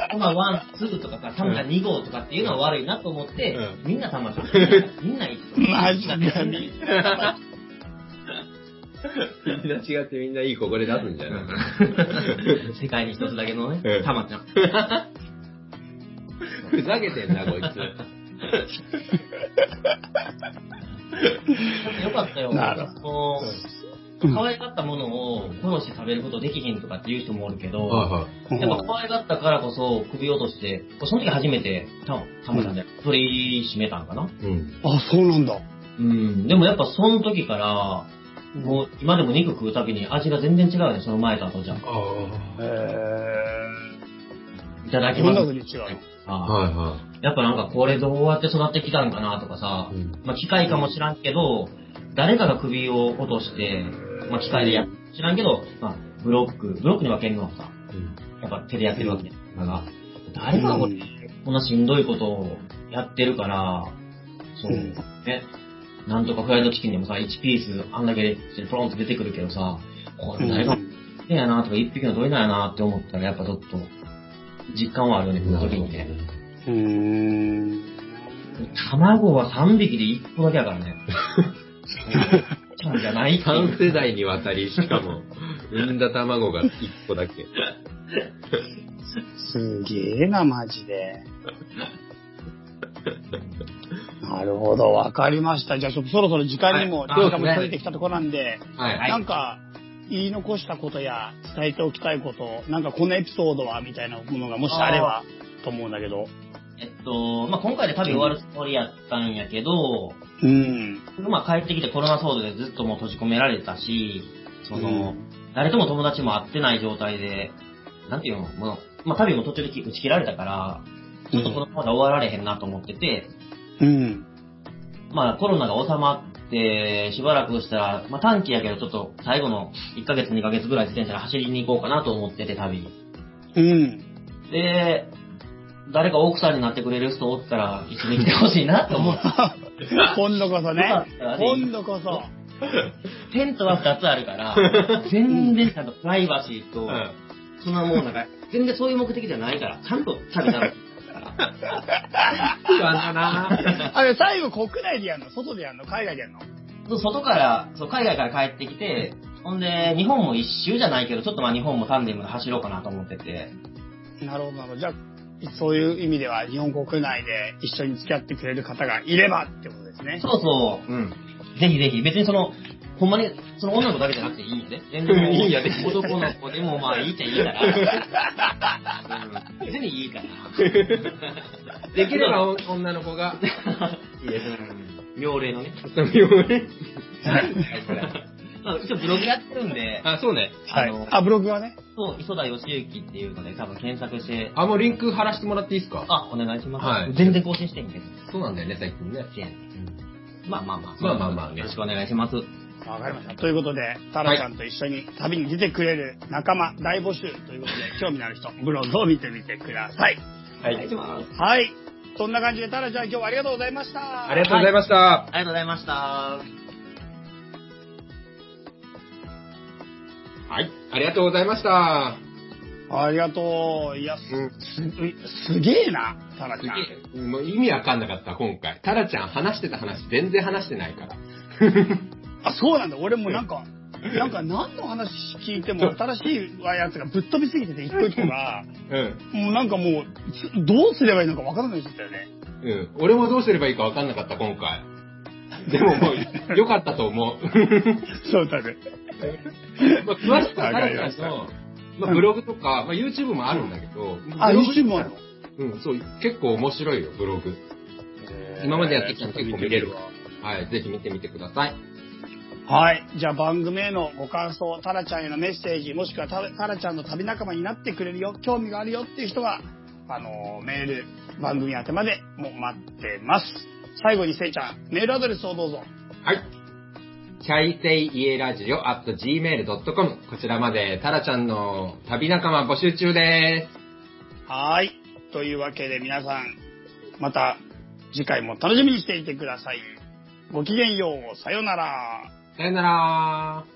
D: ら、まあ、ワン、ツーとかさ、タマちゃん2号とかっていうのは悪いなと思って、
B: う
D: みんなタ マちゃん。みんないい。
C: マジかみ。
B: みんな違ってみんないいここで出すんじゃない
D: 世界に一つだけのね
B: うん、
D: タマちゃん。
B: ふざけてんな、こいつ。
D: よかったよ。
C: なる
D: こ
C: う
D: うん可愛かったものを殺して食べることできひんとかっていう人もおるけど、
B: は
D: やっぱ可愛かったからこそ首落として、その時初めて、たたまたんで取り締めたんかな。
B: い。うん。
C: あ、そうなんだ。
D: うん。でもやっぱその時から、もう今でも肉食うたびに味が全然違うね、その前と後じゃ。
B: ああ。
C: へえ
D: いただき
C: ど
D: ま
C: ん
D: す
C: な。風に違うの
D: あ
B: はいは
D: やっぱなんかこれどうやって育ってきたんかなとかさ、
B: うん
D: まあ機械かもしらんけど、誰かが首を落として、まあ機械でやっ、知らんけど、まあブロック、ブロックに分けるのはさ、
B: い。うん
D: やっぱ手でやってるわけだから、誰がこれこんなしんどいことをやってるから、そう、
C: うん
D: ね、なんとかフライドチキンでもさ、1ピースあんだけでポロンと出てくるけどさ、これ誰が手やなとか1匹の鳥なんやなって思ったらやっぱちょっと、実感はあるよね、この時にね。
C: うん。
D: 卵は3匹で1個だけやから ね。ちゃんじゃないってい
B: 3
D: う。
B: 世代にわたり、しかも、産んだ卵が1個だけ。
C: すげえな、マジで。なるほど、わかりました。じゃあ、ちょっとそろそろ時間にも、
B: はい
C: 時間も
B: あそうですね
C: 取れてきたところなんで、
B: はい。
C: なんか、言い残したことや、伝えておきたいこと、なんかこのエピソードは、みたいなものが、もしあれば、と思うんだけど。
D: えっと、まあ、今回で旅終わるつもりやったんやけど、
C: うん。
D: まあ、帰ってきてコロナ騒動でずっともう閉じ込められたし、その、
C: うん
D: 誰とも友達も会ってない状態で、なんていうの、もう、まあ、旅も途中で打ち切られたから、ちょっとこのままで終わられへんなと思ってて、
C: うん。
D: まあ、コロナが収まって、しばらくしたら、まあ、短期やけど、ちょっと最後の1ヶ月、2ヶ月ぐらい自転車で走りに行こうかなと思ってて、旅。
C: うん。
D: で、誰か奥さんになってくれる人おったら、一緒に来てほしいなと思って。
C: 今度こそ
D: よか
C: ね
D: っ。たらね
C: 今度こそ。
D: テントは2つあるから、全然ちゃんとプライバシーと、
B: うん
D: そんなもうなんか、 全然そういう目的じゃないから、ちゃんと旅だから。
B: 不安だな
C: あれ、最後、国内でやるの外でやるの海外でやるの
D: そう外から、そう、海外から帰ってきて、ほんで、日本も一周じゃないけど、ちょっとまあ日本もタンデムで走ろうかなと思ってて。
C: なるほど、なるほど。じゃあ、そういう意味では、日本国内で一緒に付き合ってくれる方がいればってことですね。
D: そうそう、うん。ぜひぜひ、別にその、ほんまに、その女の子だけじゃなくていいんや で。全然もう
B: いいんやで
D: 男の子でもまあいいっちゃいい から。うん別にいいから。
B: できればお女の子が、いいですね。
D: 妙齢のね。 まあ一応ブログやってるんで、
B: あ、そうね。
C: は
D: あ
C: い。
D: の
C: あ、ブログはね。
D: そう、磯田義行っていうので多分検索して、
B: あ、もうリンク貼らせてもらっていいですか
D: あ、お願いします。
B: はい
D: 全然更新してんけど。
B: そうなんだよね、最近ね。
D: せやねまあまあまあ。
B: まあまあまあね
D: よろしくお願いします。
C: わかりました。ということで、タラちゃんと一緒に旅に出てくれる仲間大募集ということで、興味のある人、ブログを見てみてください。
B: は
D: お願いします。
C: はい。そんな感じで、タラちゃん、今日はありがとうございました。
B: ありがとうございました
D: あ。りがとうございました。
B: はい。ありがとうございました。
C: ありがとう。いや、す、すすげえな、タラちゃん。
B: 次もう意味わかんなかった、今回。タラちゃん話してた話、全然話してな いから。
C: あ、そうなんだ。俺もなんか、なんか何の話聞いても新しいやつがぶっ飛びすぎてて、一個一個が、
B: うん。
C: もうなんかもう、どうすればいいのか分からない人だよね。
B: うん。俺もどうすればいいかわかんなかった、今回。でも もう、良かったと思う。
C: そうだね。
B: まあ、詳しくはタラちゃんの、まあ、ブログとか、まあ、YouTube もあるんだけど、
C: あ、
B: ブログ
C: YouTube もあるの
B: うん、そう、結構面白いよ、ブログ。今までやってきたの結構見れるわ。はい、ぜひ見てみてください。
C: はい。じゃあ番組へのご感想、タラちゃんへのメッセージ、もしくはタラタラちゃんの旅仲間になってくれるよ、興味があるよっていう人は、あのーメール、番組宛てまでもう待ってます。最後にせいちゃん、メールアドレスをどうぞ。
B: はい。チャイテイイエラジオ at gmail.com こちらまでタラちゃんの旅仲間募集中で
C: はい。というわけで皆さん、また次回も楽しみにしていてください。ごきげんよう。さようなら。
B: す。さよなら